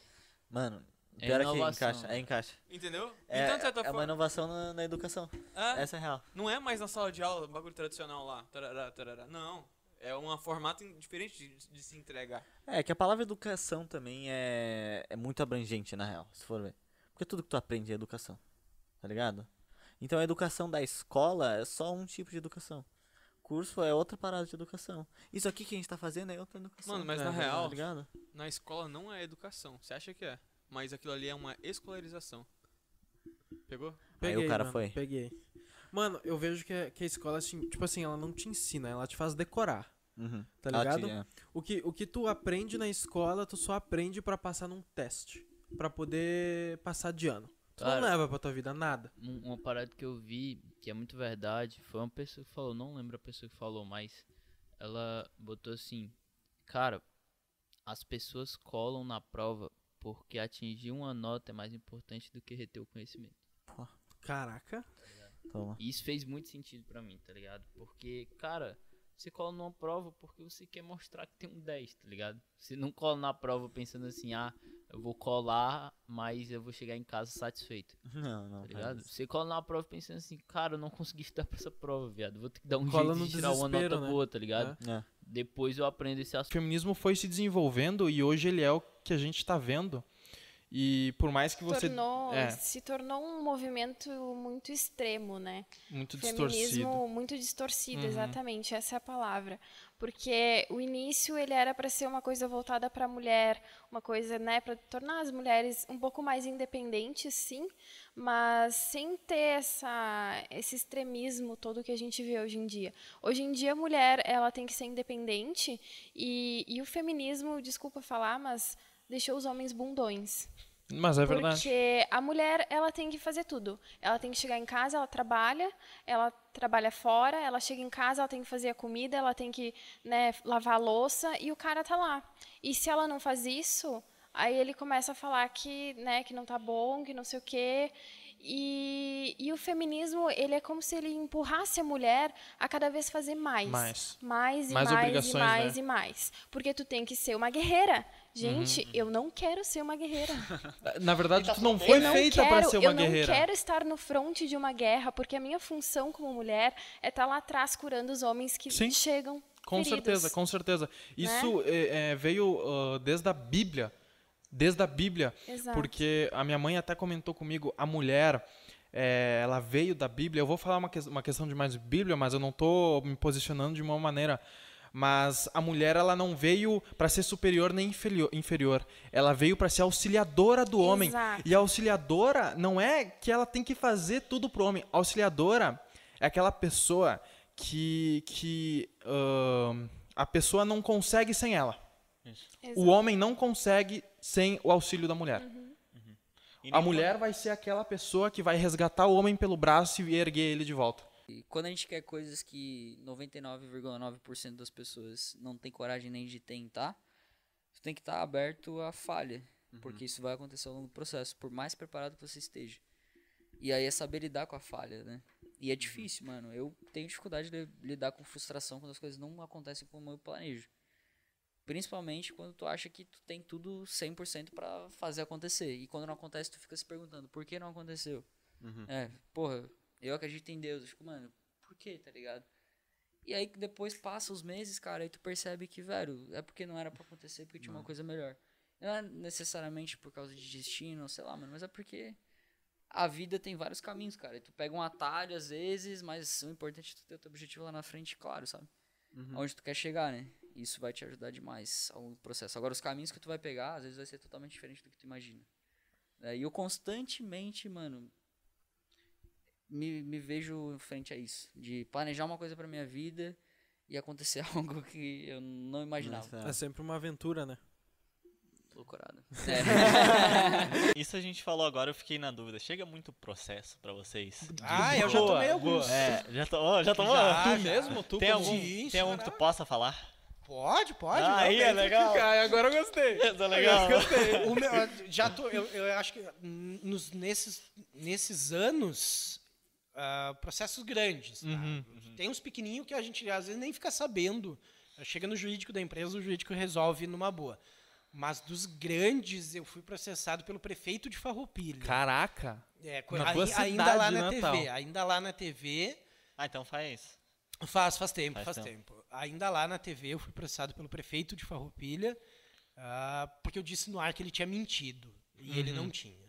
Speaker 4: Mano,
Speaker 31: É
Speaker 4: pior é, que
Speaker 31: inovação,
Speaker 4: encaixa.
Speaker 31: né?
Speaker 4: É encaixa.
Speaker 15: Entendeu?
Speaker 4: É,
Speaker 15: Então, de certa
Speaker 4: é uma
Speaker 15: forma-
Speaker 4: inovação na, na educação.
Speaker 15: É.
Speaker 4: Essa é real.
Speaker 15: Não é mais na sala de aula, bagulho tradicional lá. Tarará, tarará. Não. É um formato in- diferente de, de se entregar.
Speaker 4: É, que a palavra educação também é, é muito abrangente, na real, se for ver. Porque tudo que tu aprende é educação, tá ligado? Então a educação da escola é só um tipo de educação. Curso é outra parada de educação. Isso aqui que a gente tá fazendo é outra educação.
Speaker 15: Mano, mas
Speaker 4: tá
Speaker 15: na real,
Speaker 4: ligado?
Speaker 15: na escola não é educação. Você acha que é? Mas aquilo ali é uma escolarização. Pegou?
Speaker 4: Aí o cara foi.
Speaker 5: Peguei.
Speaker 3: Mano, eu vejo que a, que a escola, assim, tipo assim, ela não te ensina, ela te faz decorar.
Speaker 4: Uhum.
Speaker 3: Tá
Speaker 4: Ela te-
Speaker 3: ligado?
Speaker 4: é.
Speaker 3: o, que, o que tu aprende na escola, tu só aprende pra passar num teste. Pra poder passar de ano. Tu não
Speaker 33: Cara,
Speaker 3: leva pra tua vida nada.
Speaker 33: um- Uma parada que eu vi, que é muito verdade, foi uma pessoa que falou, não lembro a pessoa que falou, mas ela botou assim, cara, as pessoas colam na prova porque atingir uma nota é mais importante do que reter o conhecimento. Tá
Speaker 3: Caraca.
Speaker 4: Toma.
Speaker 33: E isso fez muito sentido pra mim, tá ligado? Porque, cara, você cola numa prova porque você quer mostrar que tem um 10, tá ligado? Você não cola na prova pensando assim, ah, eu vou colar, mas eu vou chegar em casa satisfeito.
Speaker 4: Não, não
Speaker 33: Tá
Speaker 4: faz
Speaker 33: ligado?
Speaker 4: isso.
Speaker 33: Você cola na prova pensando assim, cara, eu não consegui estudar pra essa prova, viado. Vou ter que dar um
Speaker 3: Cola
Speaker 33: jeito de
Speaker 3: no
Speaker 33: tirar uma nota
Speaker 3: desespero, né?
Speaker 33: boa, tá ligado?
Speaker 4: É.
Speaker 33: Depois eu aprendo esse
Speaker 3: O feminismo foi se desenvolvendo e hoje ele é o que a gente tá vendo. E por mais que você.
Speaker 14: tornou,
Speaker 3: é,
Speaker 14: se tornou um movimento muito extremo, né?
Speaker 3: Muito
Speaker 14: Feminismo
Speaker 3: distorcido.
Speaker 14: muito distorcido,
Speaker 3: Uhum.
Speaker 14: exatamente, essa é a palavra. Porque o início ele era para ser uma coisa voltada para a mulher, uma coisa, né, para tornar as mulheres um pouco mais independentes, sim, mas sem ter essa esse extremismo todo que a gente vê hoje em dia. Hoje em dia a mulher, ela tem que ser independente e, e o feminismo, desculpa falar, mas deixou os homens bundões.
Speaker 3: Mas é verdade.
Speaker 14: Porque a mulher, ela tem que fazer tudo. Ela tem que chegar em casa, ela trabalha, ela trabalha fora, ela chega em casa, ela tem que fazer a comida, ela tem que né, lavar a louça e o cara tá lá. E se ela não faz isso, aí ele começa a falar que, né, que não tá bom, que não sei o quê. E, e o feminismo, ele é como se ele empurrasse a mulher a cada vez fazer mais.
Speaker 3: Mais.
Speaker 14: Mais e
Speaker 3: Mais
Speaker 14: mais,
Speaker 3: obrigações,
Speaker 14: e mais
Speaker 3: né?
Speaker 14: e mais. Porque tu tem que ser uma guerreira. Gente,
Speaker 3: Uhum.
Speaker 14: eu não quero ser uma guerreira.
Speaker 3: É. Na verdade, tu não
Speaker 14: tá Eu
Speaker 3: foi
Speaker 4: né?
Speaker 14: não
Speaker 3: feita pra
Speaker 14: quero-
Speaker 3: ser uma
Speaker 14: eu
Speaker 3: guerreira.
Speaker 14: não quero estar no fronte de uma guerra, porque a minha função como mulher é estar lá atrás curando os homens que
Speaker 3: Sim.
Speaker 14: chegam
Speaker 3: Com
Speaker 14: feridos. Né?
Speaker 3: certeza, com certeza. Isso é, é, veio ah, desde a Bíblia. Desde a Bíblia.
Speaker 14: Exato.
Speaker 3: Porque a minha mãe até comentou comigo, a mulher, é, ela veio da Bíblia. Eu vou falar uma, que- uma questão de mais Bíblia, mas eu não tô me posicionando de uma maneira. Mas a mulher ela não veio para ser superior nem infelio- inferior. Ela veio para ser auxiliadora do homem.
Speaker 6: Exato.
Speaker 3: E a auxiliadora não é que ela tem que fazer tudo pro homem. A auxiliadora é aquela pessoa que que ahn, a pessoa não consegue sem ela. O
Speaker 6: Exato.
Speaker 3: homem não consegue sem o auxílio da mulher. A mulher vai ser aquela pessoa que vai resgatar o homem pelo braço e erguer ele de volta.
Speaker 10: E quando a gente quer coisas que 99,9% das pessoas não tem coragem nem de tentar, você tem que estar aberto à falha, porque isso vai acontecer ao longo do processo, por mais preparado que você esteja. E aí é saber lidar com a falha, né? E é difícil, mano. Eu tenho dificuldade de lidar com frustração quando as coisas não acontecem como eu planejo. Principalmente quando tu acha que tu tem tudo 100% pra fazer acontecer. E quando não acontece, tu fica se perguntando, por que não aconteceu?
Speaker 6: Uhum.
Speaker 10: É, porra, eu acredito em Deus. Eu fico, mano, por que, tá ligado? E aí que depois passa os meses, cara, e tu percebe que, velho, é porque não era pra acontecer, porque tinha uma
Speaker 34: Mano.
Speaker 10: coisa melhor. Não é necessariamente por causa de destino, sei lá, mano, mas é porque a vida tem vários caminhos, cara. E tu pega um atalho às vezes, mas o importante é tu ter o teu objetivo lá na frente, claro, sabe?
Speaker 34: Uhum.
Speaker 10: Aonde tu quer chegar, né? Isso vai te ajudar demais ao longo do processo. Agora, os caminhos que tu vai pegar, às vezes vai ser totalmente diferente do que tu imagina. É, e eu constantemente, mano, me, me vejo frente a isso. De planejar uma coisa pra minha vida e acontecer algo que eu não imaginava.
Speaker 3: É sempre uma aventura, né?
Speaker 10: Loucurada.
Speaker 6: É.
Speaker 4: Isso a gente falou agora, eu fiquei na dúvida. Chega muito processo pra vocês.
Speaker 7: Ah, eu já
Speaker 4: Boa,
Speaker 7: tomei
Speaker 4: boa.
Speaker 7: alguns.
Speaker 4: É, já tomou? Já tomou?
Speaker 7: Já, Tu já. mesmo? Tu
Speaker 4: tem algum,
Speaker 7: pode?
Speaker 4: tem algum que tu possa falar?
Speaker 7: Pode, pode.
Speaker 4: Ah, aí é
Speaker 7: realmente.
Speaker 4: legal.
Speaker 7: Cara,
Speaker 4: Agora eu gostei. Tá legal.
Speaker 6: O meu- já tô, eu, eu acho que hum, nos, nesses, nesses anos, ah, processos grandes. tá?
Speaker 4: Uhum.
Speaker 6: Tem uns pequenininhos que a gente às vezes nem fica sabendo. Chega no jurídico da empresa, o jurídico resolve numa boa. Mas dos grandes, eu fui processado pelo prefeito de Farroupilha.
Speaker 3: Caraca.
Speaker 6: É, co-
Speaker 3: Na
Speaker 6: ai-
Speaker 3: tua
Speaker 6: ainda
Speaker 3: cidade
Speaker 6: lá
Speaker 3: de
Speaker 6: na
Speaker 3: Natal.
Speaker 6: TV, ainda lá na TV.
Speaker 4: Ah, então faz.
Speaker 6: Faz, faz tempo,
Speaker 4: Faz
Speaker 6: faz,
Speaker 4: tempo.
Speaker 6: tempo. Ainda lá na TV eu fui processado pelo prefeito de Farroupilha, ah, porque eu disse no ar que ele tinha mentido, e ele
Speaker 4: Uhum.
Speaker 6: não tinha.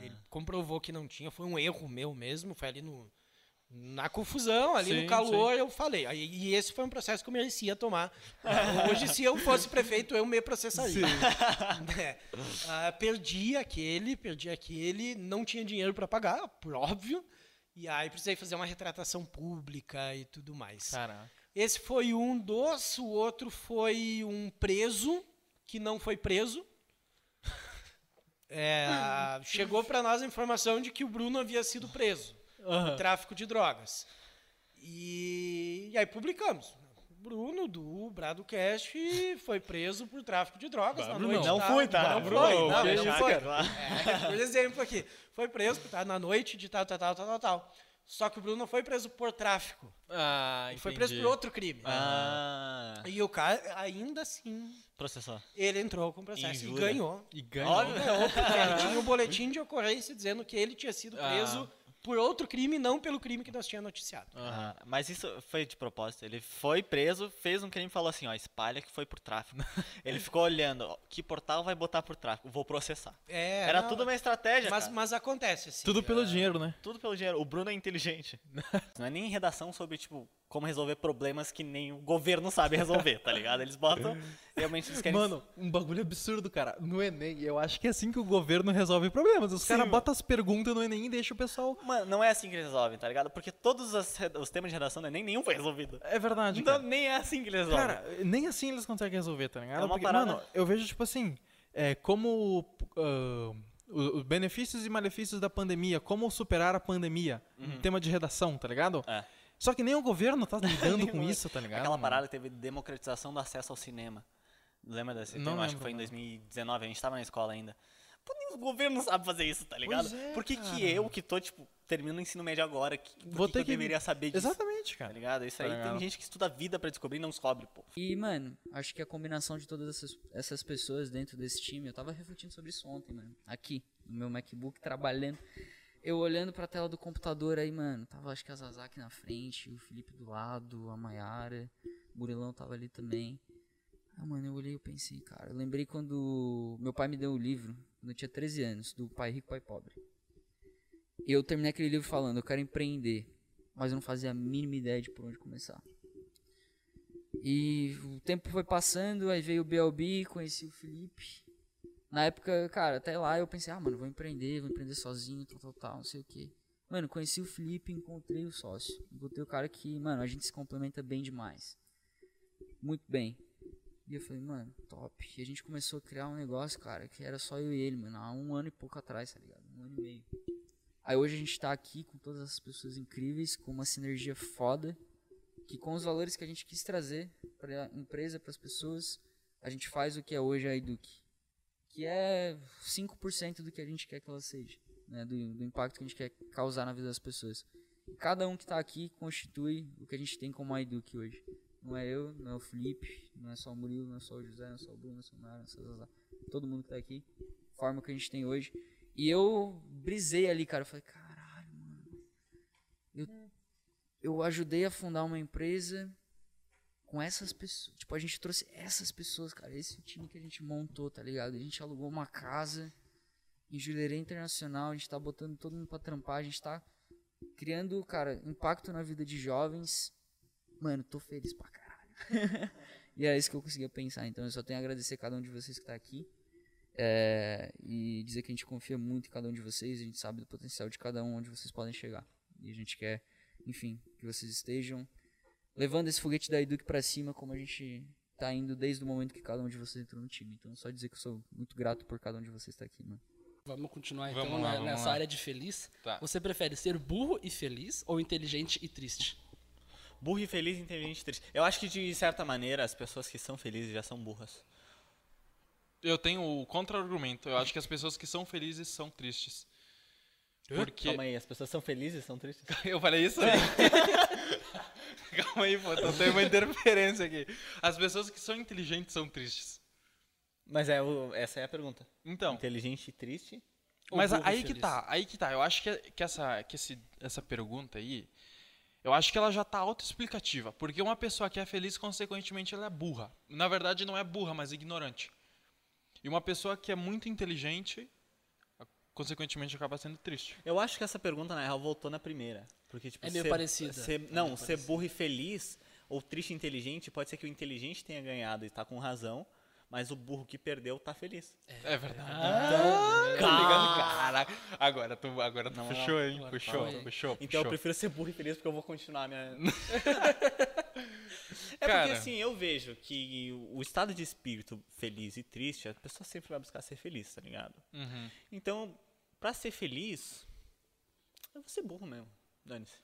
Speaker 6: Ele comprovou que não tinha, foi um erro meu mesmo, foi ali no na confusão, ali
Speaker 4: Sim,
Speaker 6: no calor, eu falei. Aí- E esse foi um processo que eu merecia tomar. Hoje, se eu fosse prefeito, eu me processaria. Né? Ah, perdi aquele, perdi aquele, não tinha dinheiro para pagar, por óbvio. E aí precisei fazer uma retratação pública e tudo mais. Esse foi um dos, o outro foi um preso que não foi preso. É, a- chegou para nós a informação de que o Bruno havia sido preso
Speaker 18: Aham.
Speaker 6: por tráfico de drogas. E, e aí publicamos. Bruno do Bradocast foi preso por tráfico de drogas
Speaker 4: Bah,
Speaker 6: na
Speaker 4: Bruno,
Speaker 6: noite.
Speaker 4: não
Speaker 6: da-
Speaker 4: foi, tá?
Speaker 6: Não
Speaker 4: Bruno,
Speaker 6: foi,
Speaker 4: o
Speaker 6: não,
Speaker 4: que
Speaker 6: não
Speaker 4: já
Speaker 6: foi.
Speaker 4: quer lá.
Speaker 6: É, por exemplo aqui, foi preso tá, na noite de tal, tal, tal, tal, tal, tal. Só que o Bruno não foi preso por tráfico.
Speaker 4: Ah,
Speaker 6: Ele foi preso por outro crime.
Speaker 4: Ah.
Speaker 6: E o cara, ainda assim,
Speaker 4: Processou.
Speaker 6: ele entrou com o processo e
Speaker 4: Injúria.
Speaker 6: ganhou.
Speaker 4: E ganhou.
Speaker 6: Óbvio, ganhou, porque ele
Speaker 4: Caraca.
Speaker 6: tinha um boletim de ocorrência dizendo que ele tinha sido
Speaker 4: Ah.
Speaker 6: preso por outro crime, não pelo crime que nós tínhamos noticiado.
Speaker 4: Aham, Mas isso foi de propósito. Ele foi preso, fez um crime e falou assim, ó, espalha que foi por tráfico. Ele ficou olhando, ó, que portal vai botar por tráfico? Vou processar.
Speaker 6: É,
Speaker 4: Era
Speaker 6: não,
Speaker 4: tudo uma estratégia,
Speaker 6: Mas,
Speaker 4: cara.
Speaker 6: mas acontece, assim.
Speaker 4: Tudo pelo
Speaker 6: é,
Speaker 4: dinheiro, né? Tudo pelo dinheiro. O Bruno é inteligente. Não é nem redação sobre, tipo, como resolver problemas que nem o governo sabe resolver, tá ligado? Eles botam, realmente eles querem...
Speaker 24: Mano, um bagulho absurdo, cara. No Enem, eu acho que é assim que o governo resolve problemas. Os caras botam as perguntas no Enem e deixam o pessoal...
Speaker 4: Mano, não é assim que eles resolvem, tá ligado? Porque todos as re- os temas de redação do Enem, nenhum foi resolvido.
Speaker 24: É verdade,
Speaker 4: Então
Speaker 24: cara.
Speaker 4: nem é assim que eles resolvem.
Speaker 24: Cara, nem assim eles conseguem resolver, tá ligado?
Speaker 4: É uma
Speaker 24: Porque,
Speaker 4: parada-
Speaker 24: Mano, eu vejo, tipo assim, é, como ah, o- os benefícios e malefícios da pandemia, como superar a pandemia,
Speaker 4: Uhum.
Speaker 24: tema de redação, tá ligado?
Speaker 4: É.
Speaker 24: Só que nem o governo tá lidando com
Speaker 4: Nenhum-
Speaker 24: isso, tá ligado?
Speaker 4: Aquela
Speaker 24: mano?
Speaker 4: parada que teve democratização do acesso ao cinema. Lembra desse
Speaker 24: Não
Speaker 4: tema? Acho que
Speaker 24: lembro,
Speaker 4: foi em
Speaker 24: mano.
Speaker 4: 2019, a gente tava na escola ainda. Pô, nem o governo sabe fazer isso, tá ligado?
Speaker 24: Pois é,
Speaker 4: Por que,
Speaker 24: cara.
Speaker 4: que eu, que tô, tipo, terminando o ensino médio agora, que, por
Speaker 24: Vou
Speaker 4: que
Speaker 24: ter
Speaker 4: que eu
Speaker 24: que-
Speaker 4: deveria saber disso?
Speaker 24: Exatamente, cara.
Speaker 4: Tá ligado? Isso
Speaker 24: Tá
Speaker 4: aí tem
Speaker 24: ligado?
Speaker 4: gente que estuda a vida pra descobrir e não descobre, pô.
Speaker 10: E, mano, acho que a combinação de todas essas, essas pessoas dentro desse time, eu tava refletindo sobre isso ontem, mano. Aqui, no meu MacBook, trabalhando. Eu olhando pra tela do computador aí, mano. Tava acho que a Zazaki na frente, o Felipe do lado, a Mayara, o Burilão tava ali também. Ah, mano, eu olhei e eu pensei, cara. Eu lembrei quando meu pai me deu o livro, quando eu tinha 13 anos, do Pai Rico, Pai Pobre. Eu terminei aquele livro falando, eu quero empreender, mas eu não fazia a mínima ideia de por onde começar. E o tempo foi passando, aí veio o BLB, conheci o Felipe. Na época, cara, até lá eu pensei, ah, mano, vou empreender, vou empreender sozinho, tal, tal, tal, não sei o quê. Mano, conheci o Felipe, encontrei o sócio. Encontrei o cara que, mano, a gente se complementa bem demais. Muito bem. E eu falei, mano, top. E a gente começou a criar um negócio, cara, que era só eu e ele, mano, há um ano e pouco atrás, tá ligado? Um ano e meio. Aí hoje a gente tá aqui com todas essas pessoas incríveis, com uma sinergia foda, que com os valores que a gente quis trazer pra empresa, pras pessoas, a gente faz o que é hoje a Eduque. Que é 5% do que a gente quer que ela seja, né? Do, do impacto que a gente quer causar na vida das pessoas. E cada um que tá aqui constitui o que a gente tem como a Eduque hoje. Não é eu, não é o Felipe, não é só o Murilo, não é só o José, não é só o Bruno, não é só o Nara, não é só o Zazá. Todo mundo que tá aqui, forma que a gente tem hoje. E eu brisei ali, cara. Eu falei, caralho, mano. Eu, eu ajudei a fundar uma empresa com essas pessoas. Tipo, a gente trouxe essas pessoas, cara. Esse é o time que a gente montou, tá ligado? A gente alugou uma casa em Juliere Internacional. A gente tá botando todo mundo pra trampar. A gente tá criando, cara, impacto na vida de jovens. Mano, tô feliz pra caralho. e era isso que eu conseguia pensar. Então eu só tenho a agradecer a cada um de vocês que tá aqui. É, e dizer que a gente confia muito em cada um de vocês, a gente sabe do potencial de cada um, onde vocês podem chegar. E a gente quer, enfim, que vocês estejam levando esse foguete da Eduque pra cima, como a gente tá indo desde o momento que cada um de vocês entrou no time. Então, só dizer que eu sou muito grato por cada um de vocês estar aqui, mano.
Speaker 22: Vamos continuar então
Speaker 10: Vamos lá,
Speaker 22: na-
Speaker 10: vamos
Speaker 22: nessa
Speaker 10: lá.
Speaker 22: área de feliz.
Speaker 10: Tá.
Speaker 22: Você prefere ser burro e feliz ou inteligente e triste?
Speaker 4: Burro e feliz, inteligente e triste. Eu acho que de certa maneira as pessoas que são felizes já são burras.
Speaker 3: Eu tenho o contra-argumento. Eu acho que as pessoas que são felizes são tristes.
Speaker 4: Hã?
Speaker 3: Porque...
Speaker 4: Calma aí, as pessoas são felizes, são tristes? É.
Speaker 3: Eu falei isso? Calma aí, pô, então tem uma interferência aqui. As pessoas que são inteligentes são tristes.
Speaker 4: Mas é o- essa é a pergunta.
Speaker 3: Então.
Speaker 4: Inteligente e triste? ou
Speaker 3: Mas
Speaker 4: burro e
Speaker 3: aí que
Speaker 4: feliz?
Speaker 3: tá, aí que tá. Eu acho que, que, essa, que esse, essa pergunta aí, eu acho que ela já tá autoexplicativa. Porque uma pessoa que é feliz, consequentemente, ela é burra. Na verdade, não é burra, mas ignorante. E uma pessoa que é muito inteligente, consequentemente, acaba sendo triste.
Speaker 4: Eu acho que essa pergunta, na real, voltou na primeira. Porque, tipo,
Speaker 22: É meio
Speaker 4: ser,
Speaker 22: parecida.
Speaker 4: ser-
Speaker 22: É
Speaker 4: não,
Speaker 22: meio
Speaker 4: ser burro e feliz ou triste e inteligente, pode ser que o inteligente tenha ganhado e tá com razão, mas o burro que perdeu tá feliz.
Speaker 3: É verdade.
Speaker 4: Então,
Speaker 3: cara. Agora tu, agora tu
Speaker 4: Não,
Speaker 3: puxou,
Speaker 4: não.
Speaker 3: hein?
Speaker 4: Agora
Speaker 3: puxou,
Speaker 4: foi.
Speaker 3: puxou,
Speaker 4: Então
Speaker 3: puxou.
Speaker 4: eu prefiro ser burro e feliz porque eu vou continuar minha. é
Speaker 3: Cara.
Speaker 4: porque assim, eu vejo que o estado de espírito feliz e triste, a pessoa sempre vai buscar ser feliz, tá ligado?
Speaker 3: Uhum.
Speaker 4: Então, pra ser feliz, eu vou ser burro mesmo. Dane-se.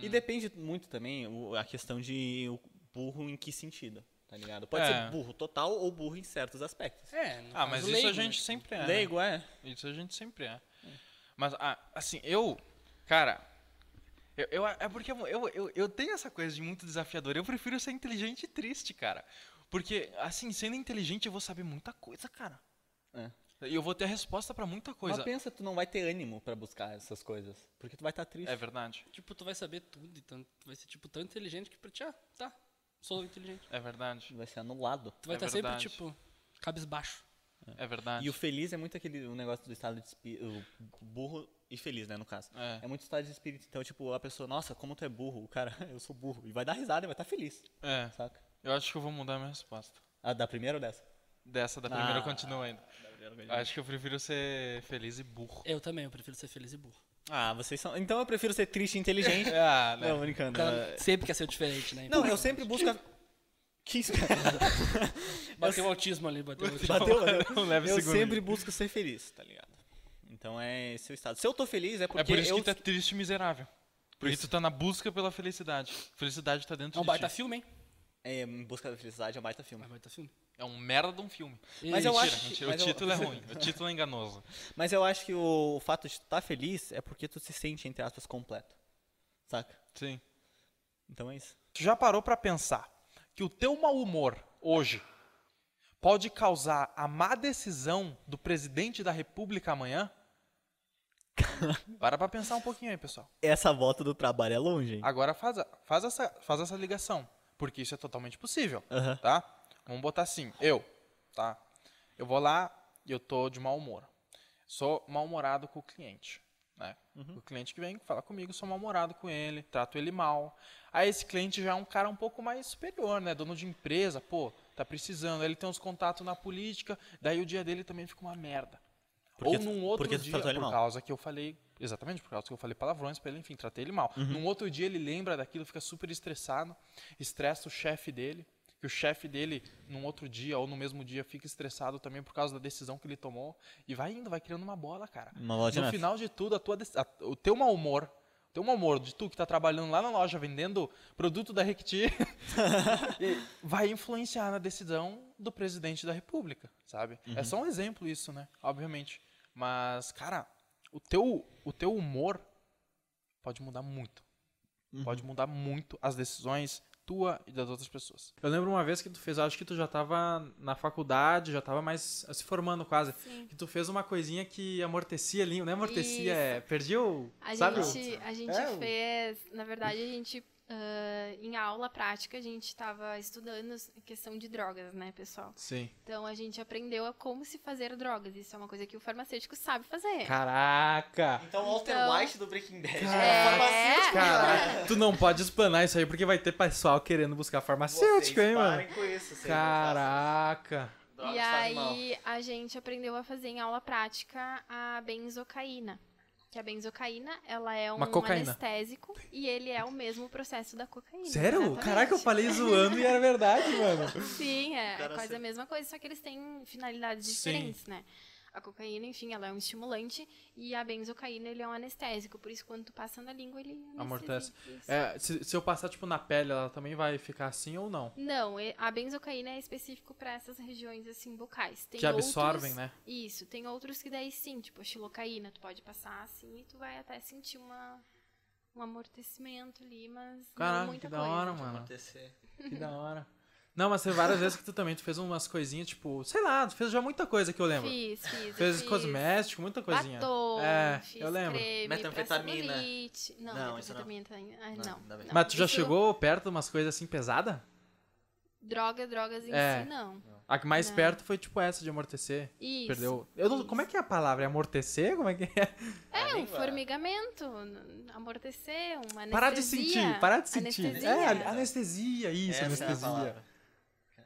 Speaker 4: E
Speaker 3: Hum.
Speaker 4: depende muito também o- a questão de o burro em que sentido, tá ligado? Pode
Speaker 3: É.
Speaker 4: ser burro total ou burro em certos aspectos.
Speaker 22: É,
Speaker 3: Ah, mas isso a gente sempre é. né?
Speaker 4: Leigo, é.
Speaker 3: Isso a gente sempre é. Mas, ah, assim, eu, cara, eu, eu- é porque eu, eu, eu- eu tenho essa coisa de muito desafiador. Eu prefiro ser inteligente e triste, cara. Porque, assim, sendo inteligente, eu vou saber muita coisa, cara.
Speaker 4: É.
Speaker 3: E eu vou ter a resposta pra muita coisa.
Speaker 4: Mas pensa, tu não vai ter ânimo pra buscar essas coisas, porque tu vai estar triste.
Speaker 3: É verdade.
Speaker 22: Tipo, tu vai saber tudo, então tu vai ser tipo tão inteligente que pra ti, ah, tá, sou inteligente.
Speaker 3: É verdade.
Speaker 4: Vai ser anulado.
Speaker 22: Tu vai estar sempre tipo cabisbaixo.
Speaker 3: É verdade.
Speaker 4: E o feliz é muito aquele o negócio do estado de espírito. Burro e feliz, né, no caso.
Speaker 3: É.
Speaker 4: muito estado de espírito. Então, tipo, a pessoa, nossa, como tu é burro. O cara, eu sou burro. E vai dar risada e vai estar feliz.
Speaker 3: É.
Speaker 4: Saca?
Speaker 3: Eu acho que eu vou mudar a minha resposta.
Speaker 4: Ah, da primeira ou dessa?
Speaker 3: Dessa, da primeira
Speaker 4: Ah,
Speaker 3: eu continuo ainda.
Speaker 4: da primeira eu
Speaker 3: Eu acho que eu prefiro ser feliz e burro.
Speaker 22: Eu também, eu prefiro ser feliz e burro.
Speaker 4: Ah, vocês são. Então eu prefiro ser triste e inteligente.
Speaker 3: ah,
Speaker 22: né?
Speaker 4: Não, brincando.
Speaker 22: Cara, sempre quer ser diferente, né?
Speaker 4: Não, eu sempre busco. a- Que isso, cara?
Speaker 22: Bateu o autismo ali, bateu o autismo.
Speaker 4: Bateu, bateu.
Speaker 3: um
Speaker 22: Não leva
Speaker 4: eu
Speaker 22: segundo.
Speaker 4: sempre busco ser feliz, tá ligado? Então é esse o estado. Se eu tô feliz, é porque
Speaker 3: É por isso
Speaker 4: eu
Speaker 3: que tu é triste e miserável. Por isso tu tá na busca pela felicidade. Felicidade tá dentro
Speaker 4: É um
Speaker 3: de
Speaker 4: baita
Speaker 3: ti.
Speaker 22: filme, hein?
Speaker 4: É, Em Busca da Felicidade é um baita filme. É um
Speaker 22: baita filme.
Speaker 3: É um merda de um filme.
Speaker 4: Mas eu
Speaker 3: Mentira,
Speaker 4: acho que-
Speaker 3: mentira. O
Speaker 4: mas eu-
Speaker 3: título é ruim. O título é enganoso.
Speaker 4: Mas eu acho que o fato de tu estar feliz é porque tu se sente, entre aspas, completo. Saca?
Speaker 3: Sim.
Speaker 4: Então é isso.
Speaker 3: Tu já parou pra pensar que o teu mau humor hoje pode causar a má decisão do presidente da República amanhã? Para pra pensar um pouquinho aí, pessoal.
Speaker 4: Essa volta do trabalho é longe, hein?
Speaker 3: Agora faz, a- faz, essa, faz essa ligação, porque isso é totalmente possível, tá? Vamos botar assim, eu, tá? Eu vou lá e eu tô de mau humor. Sou mal-humorado com o cliente.
Speaker 5: né?
Speaker 15: Uhum.
Speaker 5: O cliente que vem falar comigo, sou mal-humorado com ele, trato ele mal. Aí esse cliente já é um cara um pouco mais superior, né? Dono de empresa, pô, tá precisando. Aí ele tem uns contatos na política, daí o dia dele também fica uma merda.
Speaker 15: Porque
Speaker 5: Ou
Speaker 15: tu-
Speaker 5: num outro
Speaker 15: porque tu
Speaker 5: dia,
Speaker 15: tratou
Speaker 5: por
Speaker 15: ele mal.
Speaker 5: causa que eu falei... Exatamente, por causa que eu falei palavrões pra ele, enfim, tratei ele
Speaker 15: Uhum.
Speaker 5: mal. Num outro dia ele lembra daquilo, fica super estressado, estressa o chefe dele, que o chefe dele, num outro dia ou no mesmo dia, fica estressado também por causa da decisão que ele tomou. E vai indo, vai criando uma bola, cara.
Speaker 15: Uma bola de
Speaker 5: no
Speaker 15: neve.
Speaker 5: final de tudo, a tua, dec- a- o teu mau humor, o teu mau humor de tu que tá trabalhando lá na loja vendendo produto da Recti, e vai influenciar na decisão do presidente da República, sabe?
Speaker 3: Uhum.
Speaker 5: É só um exemplo isso, né? Obviamente. Mas, cara, o teu, o teu humor pode mudar muito.
Speaker 3: Uhum.
Speaker 5: Pode mudar muito as decisões tua e das outras pessoas.
Speaker 3: Eu lembro uma vez que tu fez, acho que tu já tava na faculdade, já tava mais se formando quase. Que tu fez uma coisinha que amortecia ali, não é amortecia,
Speaker 14: Isso.
Speaker 3: é. Perdi o.
Speaker 14: A
Speaker 3: sabe? o-
Speaker 14: gente, a gente
Speaker 3: É, o-
Speaker 14: fez, na verdade, a gente, ah, em aula prática, a gente estava estudando s- questão de drogas, né, pessoal?
Speaker 3: Sim.
Speaker 14: Então a gente aprendeu a como se fazer drogas. Isso é uma coisa que o farmacêûtico sabe fazer.
Speaker 3: Caraca!
Speaker 4: Então, Walter
Speaker 14: Então-
Speaker 4: White do Breaking Bad.
Speaker 14: É.
Speaker 3: Cara, tu não pode explanar isso aí porque vai ter pessoal querendo buscar farmacêutico, hein, mano?
Speaker 4: parem com isso, vocês não
Speaker 3: Caraca!
Speaker 14: E aí a gente aprendeu a fazer em aula prática a benzocaína. Que a benzocaína, ela é um
Speaker 3: Uma cocaína.
Speaker 14: anestésico e ele é o mesmo processo da cocaína.
Speaker 3: Sério?
Speaker 14: exatamente.
Speaker 3: Caraca, eu falei zoando e era verdade, mano.
Speaker 14: Sim, é
Speaker 3: Cara,
Speaker 14: quase
Speaker 3: você-
Speaker 14: a mesma coisa, só que eles têm finalidades
Speaker 3: Sim.
Speaker 14: diferentes, né? A cocaína, enfim, ela é um estimulante e a benzocaína, ele é um anestésico. Por isso, quando tu passa na língua, ele anestesia.
Speaker 3: Amortece.
Speaker 14: Isso.
Speaker 3: É, se, se eu passar, tipo, na pele, ela também vai ficar assim ou não?
Speaker 14: Não, e- a benzocaína é específico para essas regiões assim bucais. Tem
Speaker 3: Que absorvem,
Speaker 14: outros-
Speaker 3: né?
Speaker 14: Isso, tem outros que daí sim, tipo a xilocaína, tu pode passar assim e tu vai até sentir uma um amortecimento ali, mas não
Speaker 3: Caraca,
Speaker 14: muita
Speaker 3: que da
Speaker 14: coisa. tipo,
Speaker 3: hora, mano. Que da hora. Não, mas teve várias vezes que tu também tu fez umas coisinhas, tipo, sei lá, tu fez já muita coisa que eu lembro.
Speaker 14: Fiz, fiz,
Speaker 3: Fez
Speaker 14: eu fiz.
Speaker 3: cosmético, muita coisinha.
Speaker 14: Batom,
Speaker 3: é,
Speaker 14: fiz
Speaker 3: eu lembro.
Speaker 14: creme pra
Speaker 4: Metanfetamina.
Speaker 14: celulite. Não,
Speaker 4: Não, isso não.
Speaker 14: metanfetamina também- ah,
Speaker 4: Não,
Speaker 14: não.
Speaker 4: ainda bem.
Speaker 14: não.
Speaker 3: Mas tu já
Speaker 14: Isso-
Speaker 3: chegou perto de umas coisas assim pesadas?
Speaker 14: Droga, drogas em
Speaker 3: É.
Speaker 14: si, não.
Speaker 3: A que mais
Speaker 14: Não.
Speaker 3: perto foi tipo essa de amortecer.
Speaker 14: Isso,
Speaker 3: Perdeu. Eu não- Como é que é a palavra? É amortecer? Como é que é?
Speaker 14: É, um formigamento, n- amortecer, uma anestesia.
Speaker 3: Parar de sentir, parar de sentir.
Speaker 14: Anestesia.
Speaker 3: É, anestesia, isso,
Speaker 4: Essa é a
Speaker 3: anestesia.
Speaker 4: palavra.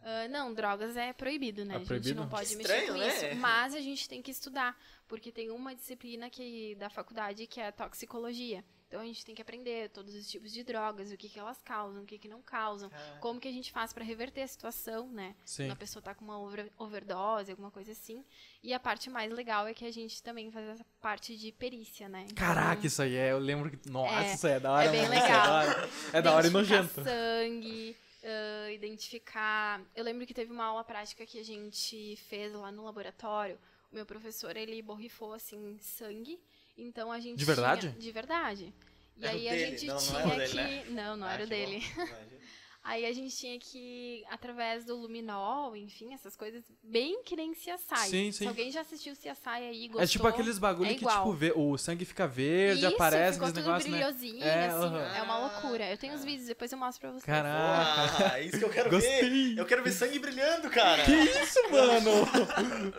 Speaker 14: Ah, não, drogas é proibido, né?
Speaker 3: É
Speaker 14: A gente
Speaker 3: proibido?
Speaker 14: não pode
Speaker 4: Que
Speaker 14: mexer
Speaker 4: estranho,
Speaker 14: com
Speaker 4: né?
Speaker 14: isso. Mas a gente tem que estudar, porque tem uma disciplina que da faculdade que é toxicologia. Então a gente tem que aprender todos os tipos de drogas, o que, que elas causam, o que, que não causam,
Speaker 3: Ah.
Speaker 14: como que a gente faz pra reverter a situação, né?
Speaker 34: Sim.
Speaker 14: Quando a pessoa tá com uma over- overdose, alguma coisa assim. E a parte mais legal é que a gente também faz essa parte de perícia, né? Então,
Speaker 3: Caraca, isso aí é. Eu lembro que. Nossa,
Speaker 14: é,
Speaker 3: isso aí é da hora,
Speaker 14: é bem
Speaker 3: mano, isso aí
Speaker 14: legal.
Speaker 3: É da hora, é da hora e
Speaker 14: Identificar
Speaker 3: nojento.
Speaker 14: sangue, ah, identificar... Eu lembro que teve uma aula prática que a gente fez lá no laboratório. O meu professor, ele borrifou, assim, sangue. Então, a gente
Speaker 3: De verdade?
Speaker 14: tinha- De verdade. E
Speaker 34: Era o
Speaker 14: aí, a
Speaker 34: dele?
Speaker 14: gente
Speaker 34: Não, não
Speaker 14: tinha
Speaker 34: era o
Speaker 14: que...
Speaker 34: dele, né?
Speaker 14: Não, não
Speaker 34: Ah,
Speaker 14: era o
Speaker 34: que bom.
Speaker 14: dele. aí, a gente tinha que, através do luminol, enfim, essas coisas, bem que nem CSI.
Speaker 3: Sim, sim.
Speaker 14: Se alguém já assistiu CSI aí e gostou,
Speaker 3: É tipo aqueles bagulho
Speaker 14: é
Speaker 3: que, tipo,
Speaker 14: igual.
Speaker 3: vê- o sangue fica verde,
Speaker 14: Isso,
Speaker 3: aparece
Speaker 14: ficou
Speaker 3: aqueles
Speaker 14: tudo
Speaker 3: negócios,
Speaker 14: brilhosinho,
Speaker 3: né? É,
Speaker 14: assim,
Speaker 3: aham.
Speaker 14: é uma loucura. Eu tenho os vídeos, depois eu mostro pra vocês.
Speaker 3: Caraca.
Speaker 4: Ah, isso que eu quero
Speaker 3: Gostei.
Speaker 4: ver. Eu quero ver sangue brilhando, cara.
Speaker 3: Que isso, mano?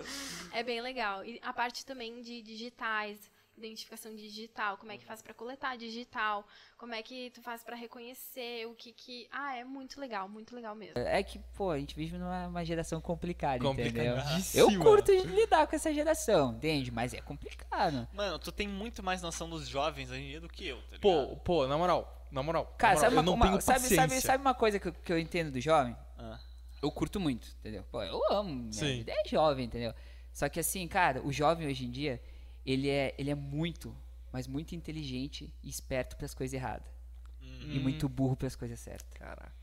Speaker 14: É bem legal. E a parte também de digitais, identificação digital, como é que faz pra coletar digital, como é que tu faz pra reconhecer, o que que... Ah, é muito legal, muito legal mesmo.
Speaker 34: É que, pô, a gente vive numa uma geração complicada, entendeu?
Speaker 4: Complicadíssima.
Speaker 34: Eu curto de lidar com essa geração, entende? Mas é complicado.
Speaker 4: Mano, tu tem muito mais noção dos jovens hoje em dia do que eu, tá ligado?
Speaker 3: Pô, pô, na moral, na moral. na
Speaker 34: Cara,
Speaker 3: moral,
Speaker 34: sabe
Speaker 3: eu
Speaker 34: uma,
Speaker 3: não
Speaker 34: uma-
Speaker 3: tenho
Speaker 34: sabe,
Speaker 3: paciência.
Speaker 34: sabe, sabe uma coisa que, eu- que eu entendo do jovem?
Speaker 4: Ah.
Speaker 34: Eu curto muito, entendeu? Pô, eu amo, minha
Speaker 3: Sim.
Speaker 34: vida é jovem, entendeu? Só que assim, cara, o jovem hoje em dia, ele é, ele é muito, mas muito inteligente e esperto pras coisas erradas. E
Speaker 10: Hum.
Speaker 34: muito burro pras coisas certas. Caraca.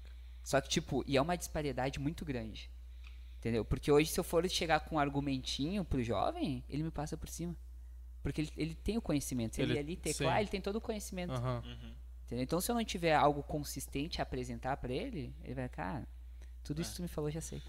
Speaker 34: Só que, tipo, e é uma disparidade muito grande. Entendeu? Porque hoje, se eu for chegar com um argumentinho pro jovem, ele me passa por cima. Porque ele, ele tem o conhecimento. Ele, é
Speaker 3: Ele-
Speaker 34: ali teclar,
Speaker 3: sim.
Speaker 34: ele tem todo o conhecimento.
Speaker 3: Aham.
Speaker 34: Entendeu? Então, se eu não tiver algo consistente a apresentar pra ele, ele vai, cara, tudo isso que tu me falou eu já sei.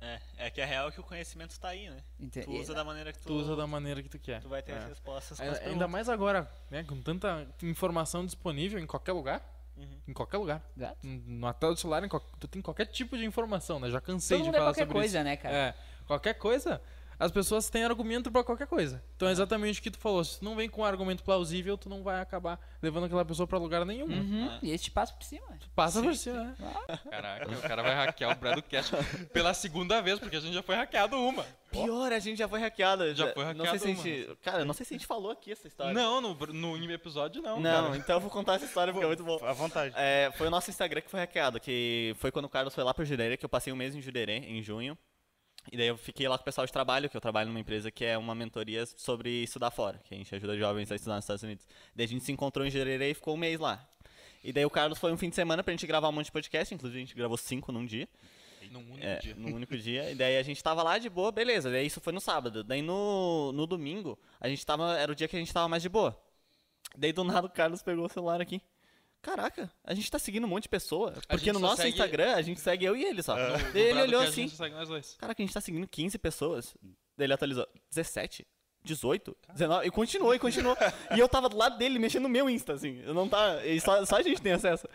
Speaker 4: É, é que a real é que o conhecimento tá aí, né?
Speaker 34: Ente-
Speaker 4: Tu usa da maneira que tu...
Speaker 3: Tu usa da maneira que tu quer.
Speaker 4: Tu vai ter
Speaker 3: É.
Speaker 4: as respostas
Speaker 3: Ainda,
Speaker 4: pras
Speaker 3: ainda
Speaker 4: perguntas.
Speaker 3: mais agora, né? Com tanta informação disponível em qualquer lugar.
Speaker 4: Uhum.
Speaker 3: Em qualquer lugar. N- Na tela do celular, em qual- tu tem qualquer tipo de informação, né? Já cansei
Speaker 34: Todo
Speaker 3: de
Speaker 34: mundo é
Speaker 3: falar
Speaker 34: qualquer
Speaker 3: sobre
Speaker 34: coisa,
Speaker 3: isso.
Speaker 34: né, cara?
Speaker 3: É, qualquer coisa.
Speaker 28: As pessoas têm argumento pra qualquer coisa. Então é exatamente o que tu falou. Se tu não vem com um argumento plausível, tu não vai acabar levando aquela pessoa pra lugar nenhum.
Speaker 15: Uhum. E este passa por cima.
Speaker 28: Passa por
Speaker 15: Sim,
Speaker 28: cima, né?
Speaker 3: Caraca, o cara vai hackear o Bradocast pela segunda vez, porque a gente já foi hackeado uma.
Speaker 4: Pior, a gente já foi hackeado.
Speaker 3: Já foi hackeado
Speaker 4: não sei se a
Speaker 3: uma.
Speaker 4: gente, Cara, eu não sei se a gente falou aqui essa história.
Speaker 3: Não, no, no episódio não.
Speaker 4: Não,
Speaker 3: cara.
Speaker 4: então eu vou contar essa história porque é muito bom. À
Speaker 24: vontade.
Speaker 4: É, foi o nosso Instagram que foi hackeado, que foi quando o Carlos foi lá pra Jurerê, que eu passei um mês em Jurerê, em junho. E daí eu fiquei lá com o pessoal de trabalho, que eu trabalho numa empresa que é uma mentoria sobre estudar fora, que a gente ajuda jovens a estudar nos Estados Unidos. Daí a gente se encontrou em Jurerê e ficou um mês lá. E daí o Carlos foi um fim de semana pra gente gravar um monte de podcast, inclusive a gente gravou cinco num dia.
Speaker 3: Num único
Speaker 4: É,
Speaker 3: dia.
Speaker 4: num único dia. E daí a gente tava lá de boa, beleza. Daí isso foi no sábado. Daí no, no domingo, a gente tava. Era o dia que a gente tava mais de boa. Daí do nada o Carlos pegou o celular aqui. Caraca, a gente tá seguindo um monte de pessoa. Porque
Speaker 3: gente
Speaker 4: no
Speaker 3: só
Speaker 4: nosso
Speaker 3: segue-
Speaker 4: Instagram a gente segue eu e ele só.
Speaker 3: No- no
Speaker 4: Daí ele
Speaker 3: Bradocast
Speaker 4: olhou
Speaker 3: a gente
Speaker 4: assim.
Speaker 3: só segue nós dois.
Speaker 4: Caraca, a gente tá seguindo 15 pessoas. Daí ele atualizou. 17? 18, 19, e continuou, e continuou. e eu tava do lado dele mexendo no meu Insta, assim. Eu não tava. e Só, só a gente tem acesso.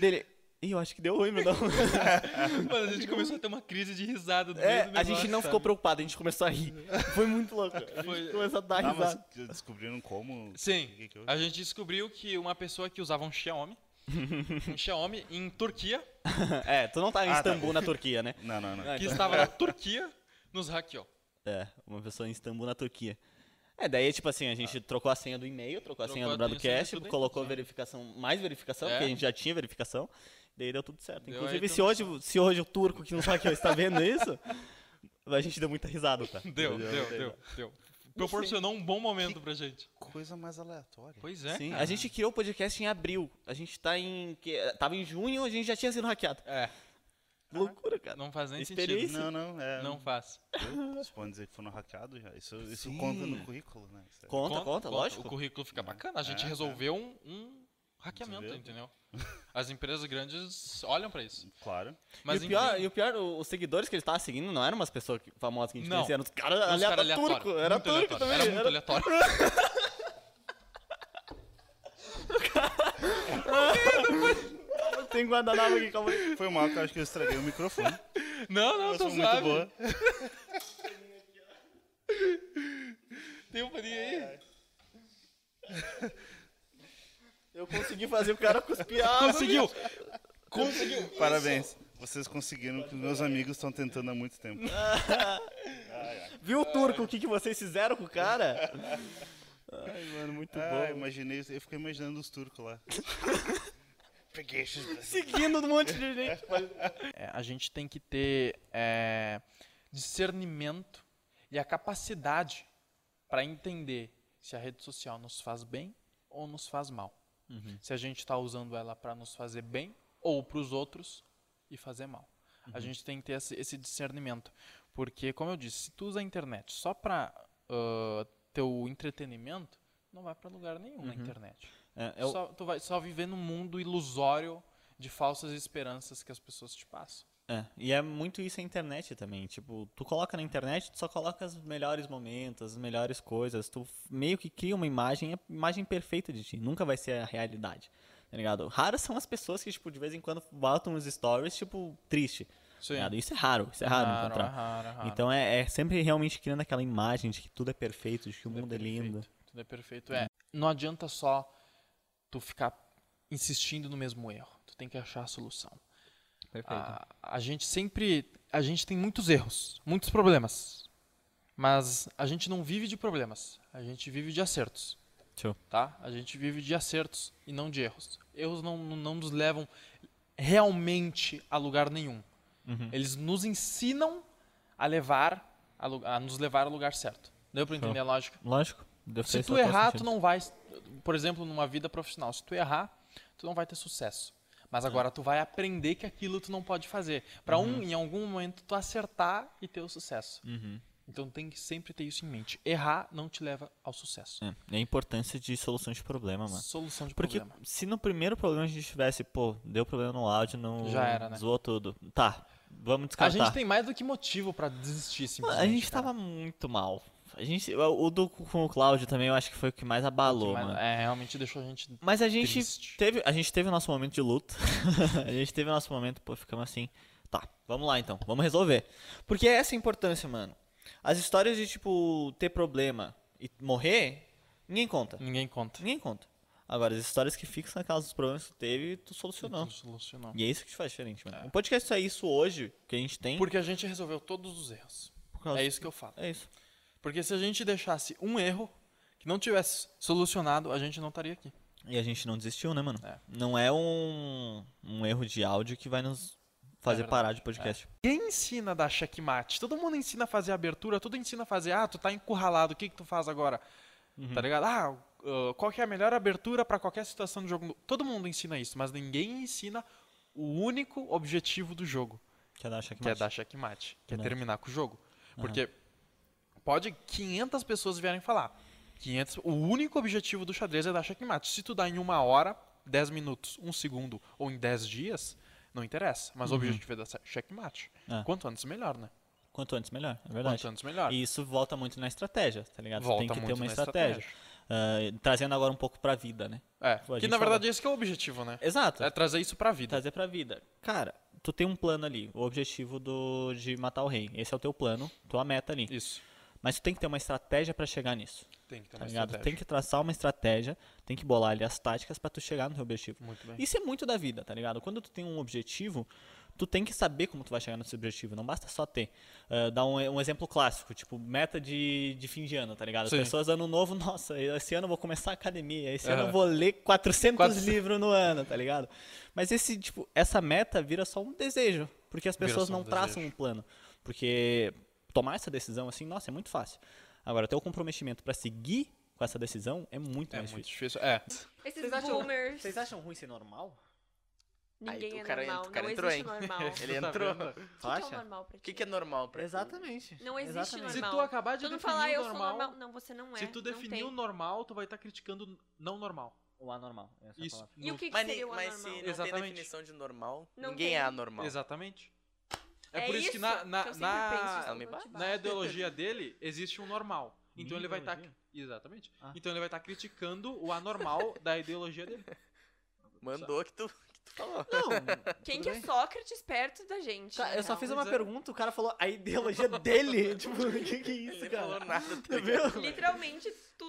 Speaker 4: Dele. Ih, eu acho que deu ruim, meu não.
Speaker 3: Mano, a gente começou a ter uma crise de risada do
Speaker 4: É,
Speaker 3: meio do
Speaker 4: a gente
Speaker 3: negócio,
Speaker 4: não ficou
Speaker 3: sabe?
Speaker 4: preocupado, a gente começou a rir. Foi muito louco. A
Speaker 3: Foi-
Speaker 4: gente começou a dar
Speaker 3: Ah, mas-
Speaker 4: risada.
Speaker 19: Descobriram como?
Speaker 3: Sim.
Speaker 19: Tá, O que que houve?
Speaker 3: A gente descobriu que uma pessoa que usava um Xiaomi, um Xiaomi em Turquia,
Speaker 4: É, tu não tá em
Speaker 3: Ah, tá.
Speaker 4: Istambul, na Turquia, né?
Speaker 19: Não, não,
Speaker 4: Ah,
Speaker 3: que
Speaker 4: então-
Speaker 3: estava na Turquia, nos hackeou.
Speaker 4: É, uma pessoa em Istambul, na Turquia. É, daí, tipo assim, a gente trocou a senha do e-mail, trocou a senha do
Speaker 3: Ah. Trocou a senha,
Speaker 4: broadcast,
Speaker 3: tudo aí,
Speaker 4: colocou verificação, mais verificação,
Speaker 3: É.
Speaker 4: porque a gente já tinha verificação, daí deu tudo certo.
Speaker 3: Deu
Speaker 4: Inclusive,
Speaker 3: aí
Speaker 4: se,
Speaker 3: tudo
Speaker 4: hoje, se hoje o turco que nos hackeou está vendo é isso, a gente deu muita risada, tá?
Speaker 3: Deu, deu, deu, deu. Proporcionou um bom momento pra gente.
Speaker 19: Coisa mais aleatória.
Speaker 3: Pois é.
Speaker 4: Sim,
Speaker 3: cara.
Speaker 4: a gente criou o podcast em abril. A gente tá em. Que, tava em junho, a gente já tinha sido hackeado.
Speaker 3: É.
Speaker 4: Loucura, cara.
Speaker 3: Não faz nem
Speaker 4: Experiência.
Speaker 3: sentido.
Speaker 19: Não, não, é.
Speaker 3: Não faz.
Speaker 19: Vocês podem dizer que foram hackeados já. Isso, isso conta no currículo, né? Isso é-
Speaker 3: O currículo fica bacana. A gente
Speaker 19: É,
Speaker 3: resolveu um, um hackeamento,
Speaker 19: Resolveu.
Speaker 3: entendeu? As empresas grandes olham pra isso.
Speaker 19: Claro.
Speaker 3: Mas
Speaker 4: e, o pior,
Speaker 3: enfim.
Speaker 4: e o pior, o- os seguidores que ele tava seguindo não eram umas pessoas que- famosas que a gente
Speaker 3: Não.
Speaker 4: conhecia, eram os caras
Speaker 3: Uns
Speaker 4: aleatórios.
Speaker 3: cara
Speaker 4: Era
Speaker 3: aleatório,
Speaker 4: turco, era
Speaker 3: muito
Speaker 4: turco
Speaker 3: aleatório,
Speaker 4: também.
Speaker 3: era muito aleatório.
Speaker 4: Tem guardanapo aqui, calma aí.
Speaker 19: É. Foi mal que eu acho que eu estraguei o microfone.
Speaker 3: Não, não,
Speaker 19: Mas
Speaker 3: tô
Speaker 19: foi muito
Speaker 3: suave.
Speaker 19: boa.
Speaker 3: Tem um paninho aí?
Speaker 4: Eu consegui fazer o cara cuspir água.
Speaker 3: Conseguiu! Conseguiu!
Speaker 19: Parabéns. Vocês conseguiram o que os meus amigos estão tentando há muito tempo.
Speaker 4: Viu, turco, o que, que vocês fizeram com o cara?
Speaker 19: Ai,
Speaker 4: mano, muito
Speaker 19: ah,
Speaker 4: bom.
Speaker 19: imaginei, eu fiquei imaginando os turcos lá. Peguei esses
Speaker 4: Seguindo um monte de gente.
Speaker 3: É, a gente tem que ter é, discernimento e a capacidade para entender se a rede social nos faz bem ou nos faz mal.
Speaker 28: Uhum.
Speaker 3: Se a gente está usando ela para nos fazer bem ou para os outros e fazer mal. A
Speaker 28: Uhum.
Speaker 3: gente tem que ter esse, esse discernimento. Porque, como eu disse, se tu usa a internet só para teu entretenimento, não vai para lugar nenhum na
Speaker 4: Uhum.
Speaker 3: internet.
Speaker 4: É, eu-
Speaker 3: Só- tu vai só viver num mundo ilusório de falsas esperanças que as pessoas te passam.
Speaker 4: É, e é muito isso a internet também. Tipo, tu coloca na internet, tu só coloca os melhores momentos, as melhores coisas. Tu f- meio que cria uma imagem, a imagem perfeita de ti. Nunca vai ser a realidade, tá ligado? Raras são as pessoas que, tipo, de vez em quando botam uns stories, tipo, triste.
Speaker 3: Sim.
Speaker 4: tá ligado? Isso é raro, isso é raro,
Speaker 3: Raro,
Speaker 4: encontrar.
Speaker 3: é raro, é raro.
Speaker 4: Então é, é sempre realmente criando aquela imagem de que tudo é perfeito, de que o mundo é lindo.
Speaker 3: Tudo é perfeito. É, não adianta só tu ficar insistindo no mesmo erro. Tu tem que achar a solução.
Speaker 4: Perfeito.
Speaker 3: A, a gente sempre. A gente tem muitos erros, muitos problemas. Mas a gente não vive de problemas. A gente vive de acertos.
Speaker 4: Show.
Speaker 3: Tá? A gente vive de acertos e não de erros. Erros não, não nos levam realmente a lugar nenhum.
Speaker 4: Uhum.
Speaker 3: Eles nos ensinam a levar a, lu- a nos levar ao lugar certo. Deu pra entender a lógica?
Speaker 4: Lógico. deve
Speaker 3: Se
Speaker 4: fazer
Speaker 3: tu
Speaker 4: total
Speaker 3: errar, tu
Speaker 4: sentido.
Speaker 3: não vai. Por exemplo, numa vida profissional, se tu errar, tu não vai ter sucesso. Mas agora tu vai aprender que aquilo tu não pode fazer. Pra um,
Speaker 4: É. Uhum.
Speaker 3: em algum momento, tu acertar e ter o sucesso.
Speaker 4: Uhum.
Speaker 3: Então tem que sempre ter isso em mente. Errar não te leva ao sucesso.
Speaker 4: É, e a importância de solução de problema, mano.
Speaker 3: Solução de
Speaker 4: Porque
Speaker 3: problema.
Speaker 4: se no primeiro problema a gente tivesse, pô, deu problema no áudio, não
Speaker 3: Já era, né?
Speaker 4: zoou tudo. Tá, vamos
Speaker 3: A
Speaker 4: descartar.
Speaker 3: gente tem mais do que motivo pra desistir,
Speaker 4: Mano, é
Speaker 3: simplesmente.
Speaker 4: a gente tava muito mal. A gente, o o do com o Cláudio também eu acho que foi o que mais abalou,
Speaker 3: Mas,
Speaker 4: mano.
Speaker 3: é, realmente deixou a gente.
Speaker 4: Mas a gente
Speaker 3: triste.
Speaker 4: teve, a gente teve o nosso momento de luto. a gente teve o nosso momento, pô, ficamos assim, tá, vamos lá então, vamos resolver. Porque essa é a importância, mano. As histórias de, tipo, ter problema e morrer, ninguém conta.
Speaker 3: Ninguém conta.
Speaker 4: Ninguém conta. Agora, as histórias que ficam são aquelas dos problemas que tu teve e tu solucionou.
Speaker 3: Tu solucionou.
Speaker 4: E é isso que te faz diferente, mano. O podcast é isso hoje que a gente tem.
Speaker 3: Porque a gente resolveu todos os erros.
Speaker 4: causa-
Speaker 3: É isso que eu falo.
Speaker 4: É isso.
Speaker 3: Porque se a gente deixasse um erro que não tivesse solucionado, a gente não estaria aqui.
Speaker 4: E a gente não desistiu, né, mano? Não é um, um erro de áudio que vai nos fazer
Speaker 3: É verdade.
Speaker 4: parar de podcast.
Speaker 3: É. Quem ensina a dar checkmate? Todo mundo ensina a fazer abertura, tudo ensina a fazer. Ah, tu tá encurralado, o que que tu faz agora?
Speaker 4: Uhum.
Speaker 3: Tá ligado? Ah, uh, qual que é a melhor abertura pra qualquer situação do jogo? Todo mundo ensina isso, mas ninguém ensina o único objetivo do jogo.
Speaker 4: Que é dar
Speaker 3: checkmate. Que é
Speaker 4: Verdade.
Speaker 3: terminar com o jogo.
Speaker 4: Aham.
Speaker 3: Porque pode 500 pessoas vierem falar. 500, o único objetivo do xadrez é dar checkmate. Se tu dá em uma hora, 10 minutos, um segundo ou em 10 dias, não interessa. Mas o
Speaker 4: Uhum.
Speaker 3: objetivo é dar se- checkmate.
Speaker 4: É.
Speaker 3: Quanto antes, melhor, né?
Speaker 4: Quanto antes, melhor. É verdade.
Speaker 3: Quanto antes, melhor.
Speaker 4: E isso volta muito na estratégia, tá ligado?
Speaker 3: Volta
Speaker 4: Você tem que ter
Speaker 3: muito
Speaker 4: uma
Speaker 3: na
Speaker 4: estratégia. Ah, trazendo agora um pouco pra vida, né?
Speaker 3: É.
Speaker 4: Tipo, a
Speaker 3: Que
Speaker 4: gente
Speaker 3: na
Speaker 4: falou.
Speaker 3: verdade esse que é o objetivo, né?
Speaker 4: Exato.
Speaker 3: É trazer isso pra vida.
Speaker 4: Trazer pra vida. Cara, tu tem um plano ali, o objetivo do, de matar o rei. Esse é o teu plano, tua meta ali.
Speaker 3: Isso.
Speaker 4: Mas tu tem que ter uma estratégia pra chegar nisso.
Speaker 3: Tem que ter
Speaker 4: tá
Speaker 3: uma
Speaker 4: ligado?
Speaker 3: estratégia.
Speaker 4: Tem que traçar uma estratégia, tem que bolar ali as táticas pra tu chegar no teu objetivo.
Speaker 3: Muito bem.
Speaker 4: Isso é muito da vida, tá ligado? Quando tu tem um objetivo, tu tem que saber como tu vai chegar nesse objetivo, não basta só ter. Ah, dá um, um exemplo clássico, tipo, meta de, de fim de ano, tá ligado? As Sim. pessoas, ano novo, nossa, esse ano eu vou começar a academia, esse ano eu Aham. vou ler 400 400 livros no ano, tá ligado? Mas esse, tipo, essa meta vira só um desejo, porque as Vira pessoas só um não traçam um desejo. plano. Porque tomar essa decisão, assim, nossa, é muito fácil. Agora, ter o comprometimento pra seguir com essa decisão é muito
Speaker 3: É
Speaker 4: mais
Speaker 3: muito
Speaker 4: difícil.
Speaker 3: É.
Speaker 29: Esses
Speaker 4: Vocês acham-
Speaker 29: boomers.
Speaker 4: Vocês acham ruim ser normal?
Speaker 29: Ninguém
Speaker 18: Aí,
Speaker 29: é
Speaker 18: o cara,
Speaker 29: normal.
Speaker 18: o cara
Speaker 29: não
Speaker 18: entrou,
Speaker 29: existe
Speaker 18: hein?
Speaker 29: normal.
Speaker 18: Ele entrou.
Speaker 4: Tá vendo?
Speaker 29: O que, que é o normal pra
Speaker 18: O que, que é normal pra ti?
Speaker 4: Exatamente.
Speaker 29: Não existe
Speaker 3: Exatamente. Se
Speaker 29: normal.
Speaker 3: tu acabar de
Speaker 29: Tu não
Speaker 3: definir
Speaker 29: falar
Speaker 3: o
Speaker 29: eu sou
Speaker 3: normal-
Speaker 29: normal. Não, você não é.
Speaker 3: Se tu
Speaker 29: não
Speaker 3: definir
Speaker 29: tem.
Speaker 3: o normal, tu vai estar criticando o não normal.
Speaker 4: O anormal. é
Speaker 3: Isso.
Speaker 29: E o que, que
Speaker 18: Mas,
Speaker 29: seria o
Speaker 18: mas
Speaker 29: anormal?
Speaker 18: se não tem
Speaker 3: Exatamente.
Speaker 18: definição de normal,
Speaker 29: Não
Speaker 18: ninguém
Speaker 29: tem.
Speaker 18: é anormal.
Speaker 3: Exatamente. É,
Speaker 29: É
Speaker 3: por isso, que na,
Speaker 29: isso
Speaker 3: na,
Speaker 29: que eu sempre
Speaker 3: na-
Speaker 29: penso, isso
Speaker 3: na
Speaker 29: não me bate.
Speaker 3: na ideologia dele existe um normal. Então ele vai estar. Exatamente.
Speaker 18: Ah.
Speaker 3: Então ele vai estar criticando o anormal da ideologia dele.
Speaker 18: Mandou que tu, que tu falou.
Speaker 29: Quem que é Sócrates perto da gente?
Speaker 4: Cara,
Speaker 29: na
Speaker 4: eu só
Speaker 29: real?
Speaker 4: fiz uma pergunta, o cara falou "Ah, a ideologia dele. tipo, o que, que é isso, cara?
Speaker 18: tá
Speaker 4: Tá
Speaker 29: Literalmente, tu,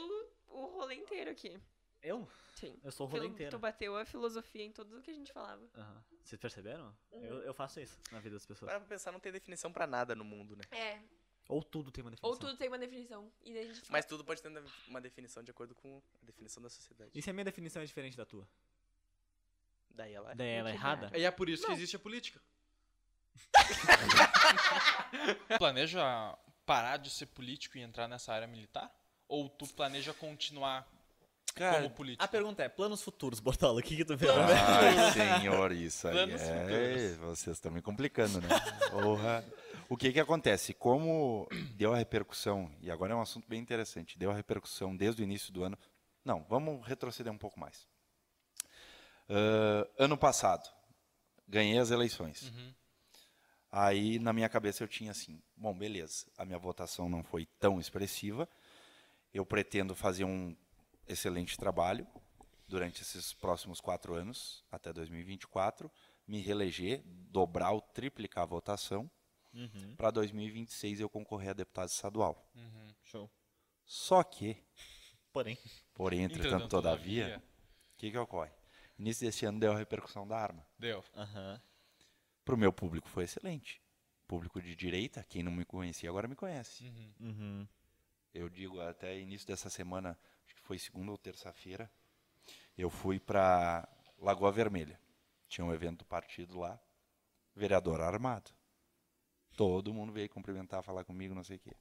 Speaker 29: o rolê inteiro aqui.
Speaker 4: Eu?
Speaker 29: Sim.
Speaker 4: Eu sou o rolê
Speaker 29: Filo-
Speaker 4: inteiro.
Speaker 29: Tu bateu a filosofia em tudo que a gente falava.
Speaker 4: Aham. Vocês perceberam?
Speaker 29: Uhum.
Speaker 4: Eu, eu faço isso na vida das pessoas.
Speaker 18: Pra pensar, não tem definição pra nada no mundo, né?
Speaker 29: É.
Speaker 4: Ou tudo tem uma definição.
Speaker 29: Ou tudo tem uma definição. E daí a gente fica-
Speaker 18: Mas tudo pode ter uma definição de acordo com a definição da sociedade.
Speaker 4: E se a minha definição é diferente da tua?
Speaker 18: Daí ela
Speaker 4: Daí ela é errada?
Speaker 3: E é por isso
Speaker 4: Não.
Speaker 3: que existe a política.
Speaker 28: Planeja parar de ser político e entrar nessa área militar? Ou tu planeja continuar como político?
Speaker 4: a pergunta é, planos futuros, Bortola, o que que tu vê?
Speaker 35: Ai, senhor, isso aí.
Speaker 4: Planos
Speaker 35: É, vocês estão me complicando, né? Porra. O que que acontece? Como deu a repercussão, e agora é um assunto bem interessante, deu a repercussão desde o início do ano. Não, vamos retroceder um pouco mais. Ah, ano passado, ganhei as eleições. Aí, na minha cabeça, eu tinha assim: bom, beleza, a minha votação não foi tão expressiva, eu pretendo fazer um excelente trabalho durante esses próximos quatro anos, até 2024, me reeleger, dobrar ou triplicar a votação,
Speaker 4: Uhum.
Speaker 35: para 2026 eu concorrer a deputado estadual.
Speaker 4: Show.
Speaker 35: Só que,
Speaker 4: Porém.
Speaker 35: porém, entretanto,
Speaker 4: Entretanto,
Speaker 35: todavia,
Speaker 4: todavia.
Speaker 35: o que, que ocorre? Início desse ano deu a repercussão da arma.
Speaker 28: Deu.
Speaker 4: Aham.
Speaker 35: Para o meu público foi excelente. Público de direita, quem não me conhecia agora me conhece.
Speaker 4: Uhum.
Speaker 35: Eu digo, até início dessa semana, acho que foi segunda ou terça-feira, eu fui para Lagoa Vermelha. Tinha um evento do partido lá, vereador armado. Todo mundo veio cumprimentar, falar comigo, não sei o quê.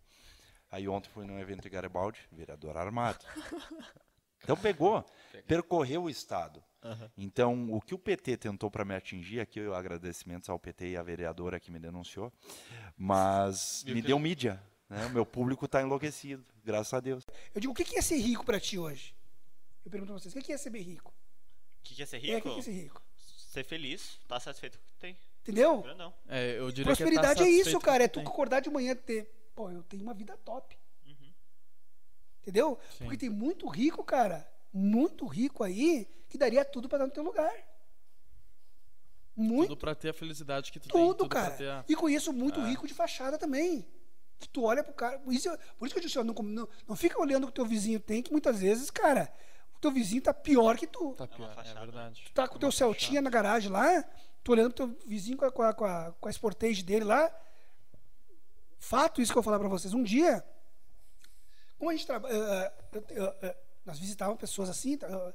Speaker 35: Aí ontem fui num evento em Garibaldi, vereador armado. Então pegou, percorreu o Estado.
Speaker 4: Aham.
Speaker 35: Então, o que o PT tentou para me atingir, aqui eu agradecimentos ao PT e à vereadora que me denunciou, mas
Speaker 36: Viu
Speaker 35: me
Speaker 36: que-
Speaker 35: deu mídia. Né? O meu público está enlouquecido, graças a Deus.
Speaker 36: Eu digo, o que que é ser rico pra ti hoje? Eu pergunto pra vocês, o que que é ser bem rico?
Speaker 4: O que, que é ser
Speaker 36: É, o
Speaker 4: rico?
Speaker 36: que que é ser rico?
Speaker 4: Ser feliz, tá satisfeito com o que tem.
Speaker 36: Entendeu?
Speaker 4: Grandão.
Speaker 28: É, eu diria
Speaker 36: Prosperidade
Speaker 28: que tá
Speaker 36: é
Speaker 28: satisfeito
Speaker 36: isso,
Speaker 28: com
Speaker 36: cara. É
Speaker 28: o que
Speaker 36: tu
Speaker 28: tem.
Speaker 36: acordar de manhã e ter. Pô, eu tenho uma vida top. Entendeu?
Speaker 28: Uhum. Sim.
Speaker 36: Porque tem muito rico, cara. Muito rico aí que daria tudo pra dar no teu lugar. Muito.
Speaker 28: Tudo pra ter a felicidade que tu tem.
Speaker 36: Tudo,
Speaker 28: pra
Speaker 36: cara.
Speaker 28: ter a-
Speaker 36: E conheço muito
Speaker 28: É.
Speaker 36: rico de fachada também. que tu olha pro cara. Por isso, eu- por isso que eu disse, ó, não, com- não, não fica olhando o que teu vizinho tem, que muitas vezes, cara, o teu vizinho tá pior que tu.
Speaker 3: Tá pior, é, verdade.
Speaker 36: Tu tá com o teu Celtinha na garagem lá, tu olhando pro teu vizinho com a, com a, com a, com a Sportage dele lá. Fato isso que eu vou falar pra vocês. Um dia, como a gente eh, trabalha. eh, nós visitávamos pessoas assim, tá, eh,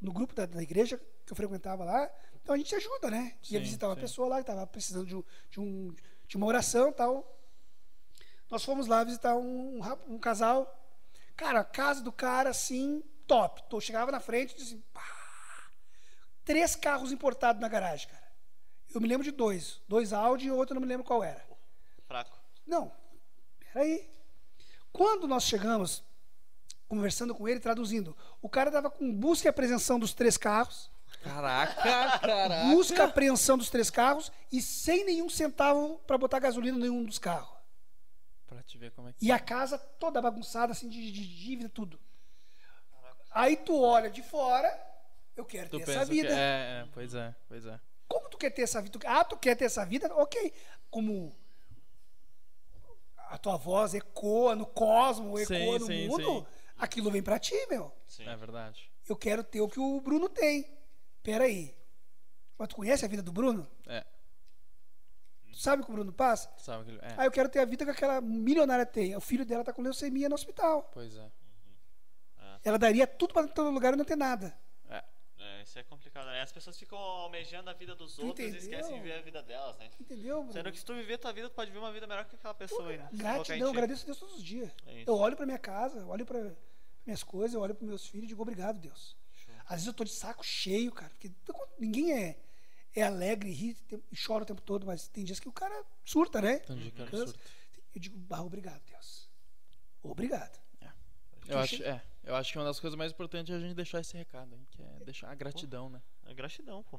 Speaker 36: no grupo da, da igreja que eu frequentava lá, então a gente ajuda, né? Ia
Speaker 21: Sim,
Speaker 36: visitar uma
Speaker 21: sim.
Speaker 36: pessoa lá que estava precisando de, um, de, um, de uma oração e tal. Nós fomos lá visitar um, um rap- um casal. Cara, a casa do cara, assim, top. Tô, chegava na frente e disse, três carros importados na garagem, cara. Eu me lembro de dois. Dois Audi e outro eu não me lembro qual era.
Speaker 4: Fraco.
Speaker 36: Não, peraí. Quando nós chegamos, conversando com ele, traduzindo, o cara tava com busca e apreensão dos três carros.
Speaker 3: Caraca, Ah, caraca.
Speaker 36: Busca e apreensão dos três carros e sem nenhum centavo para botar gasolina em nenhum dos carros.
Speaker 3: Pra te ver como é que.
Speaker 36: E a casa toda bagunçada, assim, de, de dívida, tudo. Aí tu olha de fora, eu quero
Speaker 3: Tu
Speaker 36: ter
Speaker 3: pensa
Speaker 36: essa vida.
Speaker 3: que. É, é, pois é, pois é.
Speaker 36: Como tu quer ter essa vida? Tu- Ah, tu quer ter essa vida? Ok. Como a tua voz ecoa no cosmo, ecoa
Speaker 3: Sim,
Speaker 36: no
Speaker 3: sim,
Speaker 36: mundo,
Speaker 3: sim.
Speaker 36: aquilo vem pra ti, meu.
Speaker 3: É verdade.
Speaker 36: Eu quero ter o que o Bruno tem. Peraí. Mas tu conhece a vida do Bruno?
Speaker 3: É.
Speaker 36: Tu sabe o que o Bruno passa?
Speaker 3: Sabe aquele. É.
Speaker 36: Ah, eu quero ter a vida que aquela milionária tem. O filho dela tá com leucemia no hospital.
Speaker 3: Pois é. Tá.
Speaker 36: Ela daria tudo pra todo lugar e não ter nada.
Speaker 3: É.
Speaker 4: É, isso é complicado, né? As pessoas ficam almejando a vida dos outros
Speaker 36: entendeu?
Speaker 4: e esquecem de viver a vida delas, né?
Speaker 36: Entendeu, Bruno?
Speaker 4: Sendo que se tu viver tua vida, tu pode viver uma vida melhor que aquela pessoa ainda. se focar em
Speaker 36: Gratidão,
Speaker 4: ti.
Speaker 36: agradeço a Deus todos os dias.
Speaker 4: É isso.
Speaker 36: eu olho pra minha casa, olho pra minhas coisas, eu olho para meus filhos e digo obrigado, Deus. Às vezes eu tô de saco cheio, cara, porque t- ninguém é, é alegre, ri tem- e chora o tempo todo, mas tem dias que o cara surta, né?
Speaker 3: Tem dia que o cara
Speaker 36: Cansa. Eu digo, bah, obrigado, Deus. Obrigado. Porque
Speaker 3: Eu acho,
Speaker 36: chego-
Speaker 3: é, eu acho que uma das coisas mais importantes é a gente deixar esse recado, hein, que é deixar a É gratidão, né?
Speaker 4: A gratidão, pô.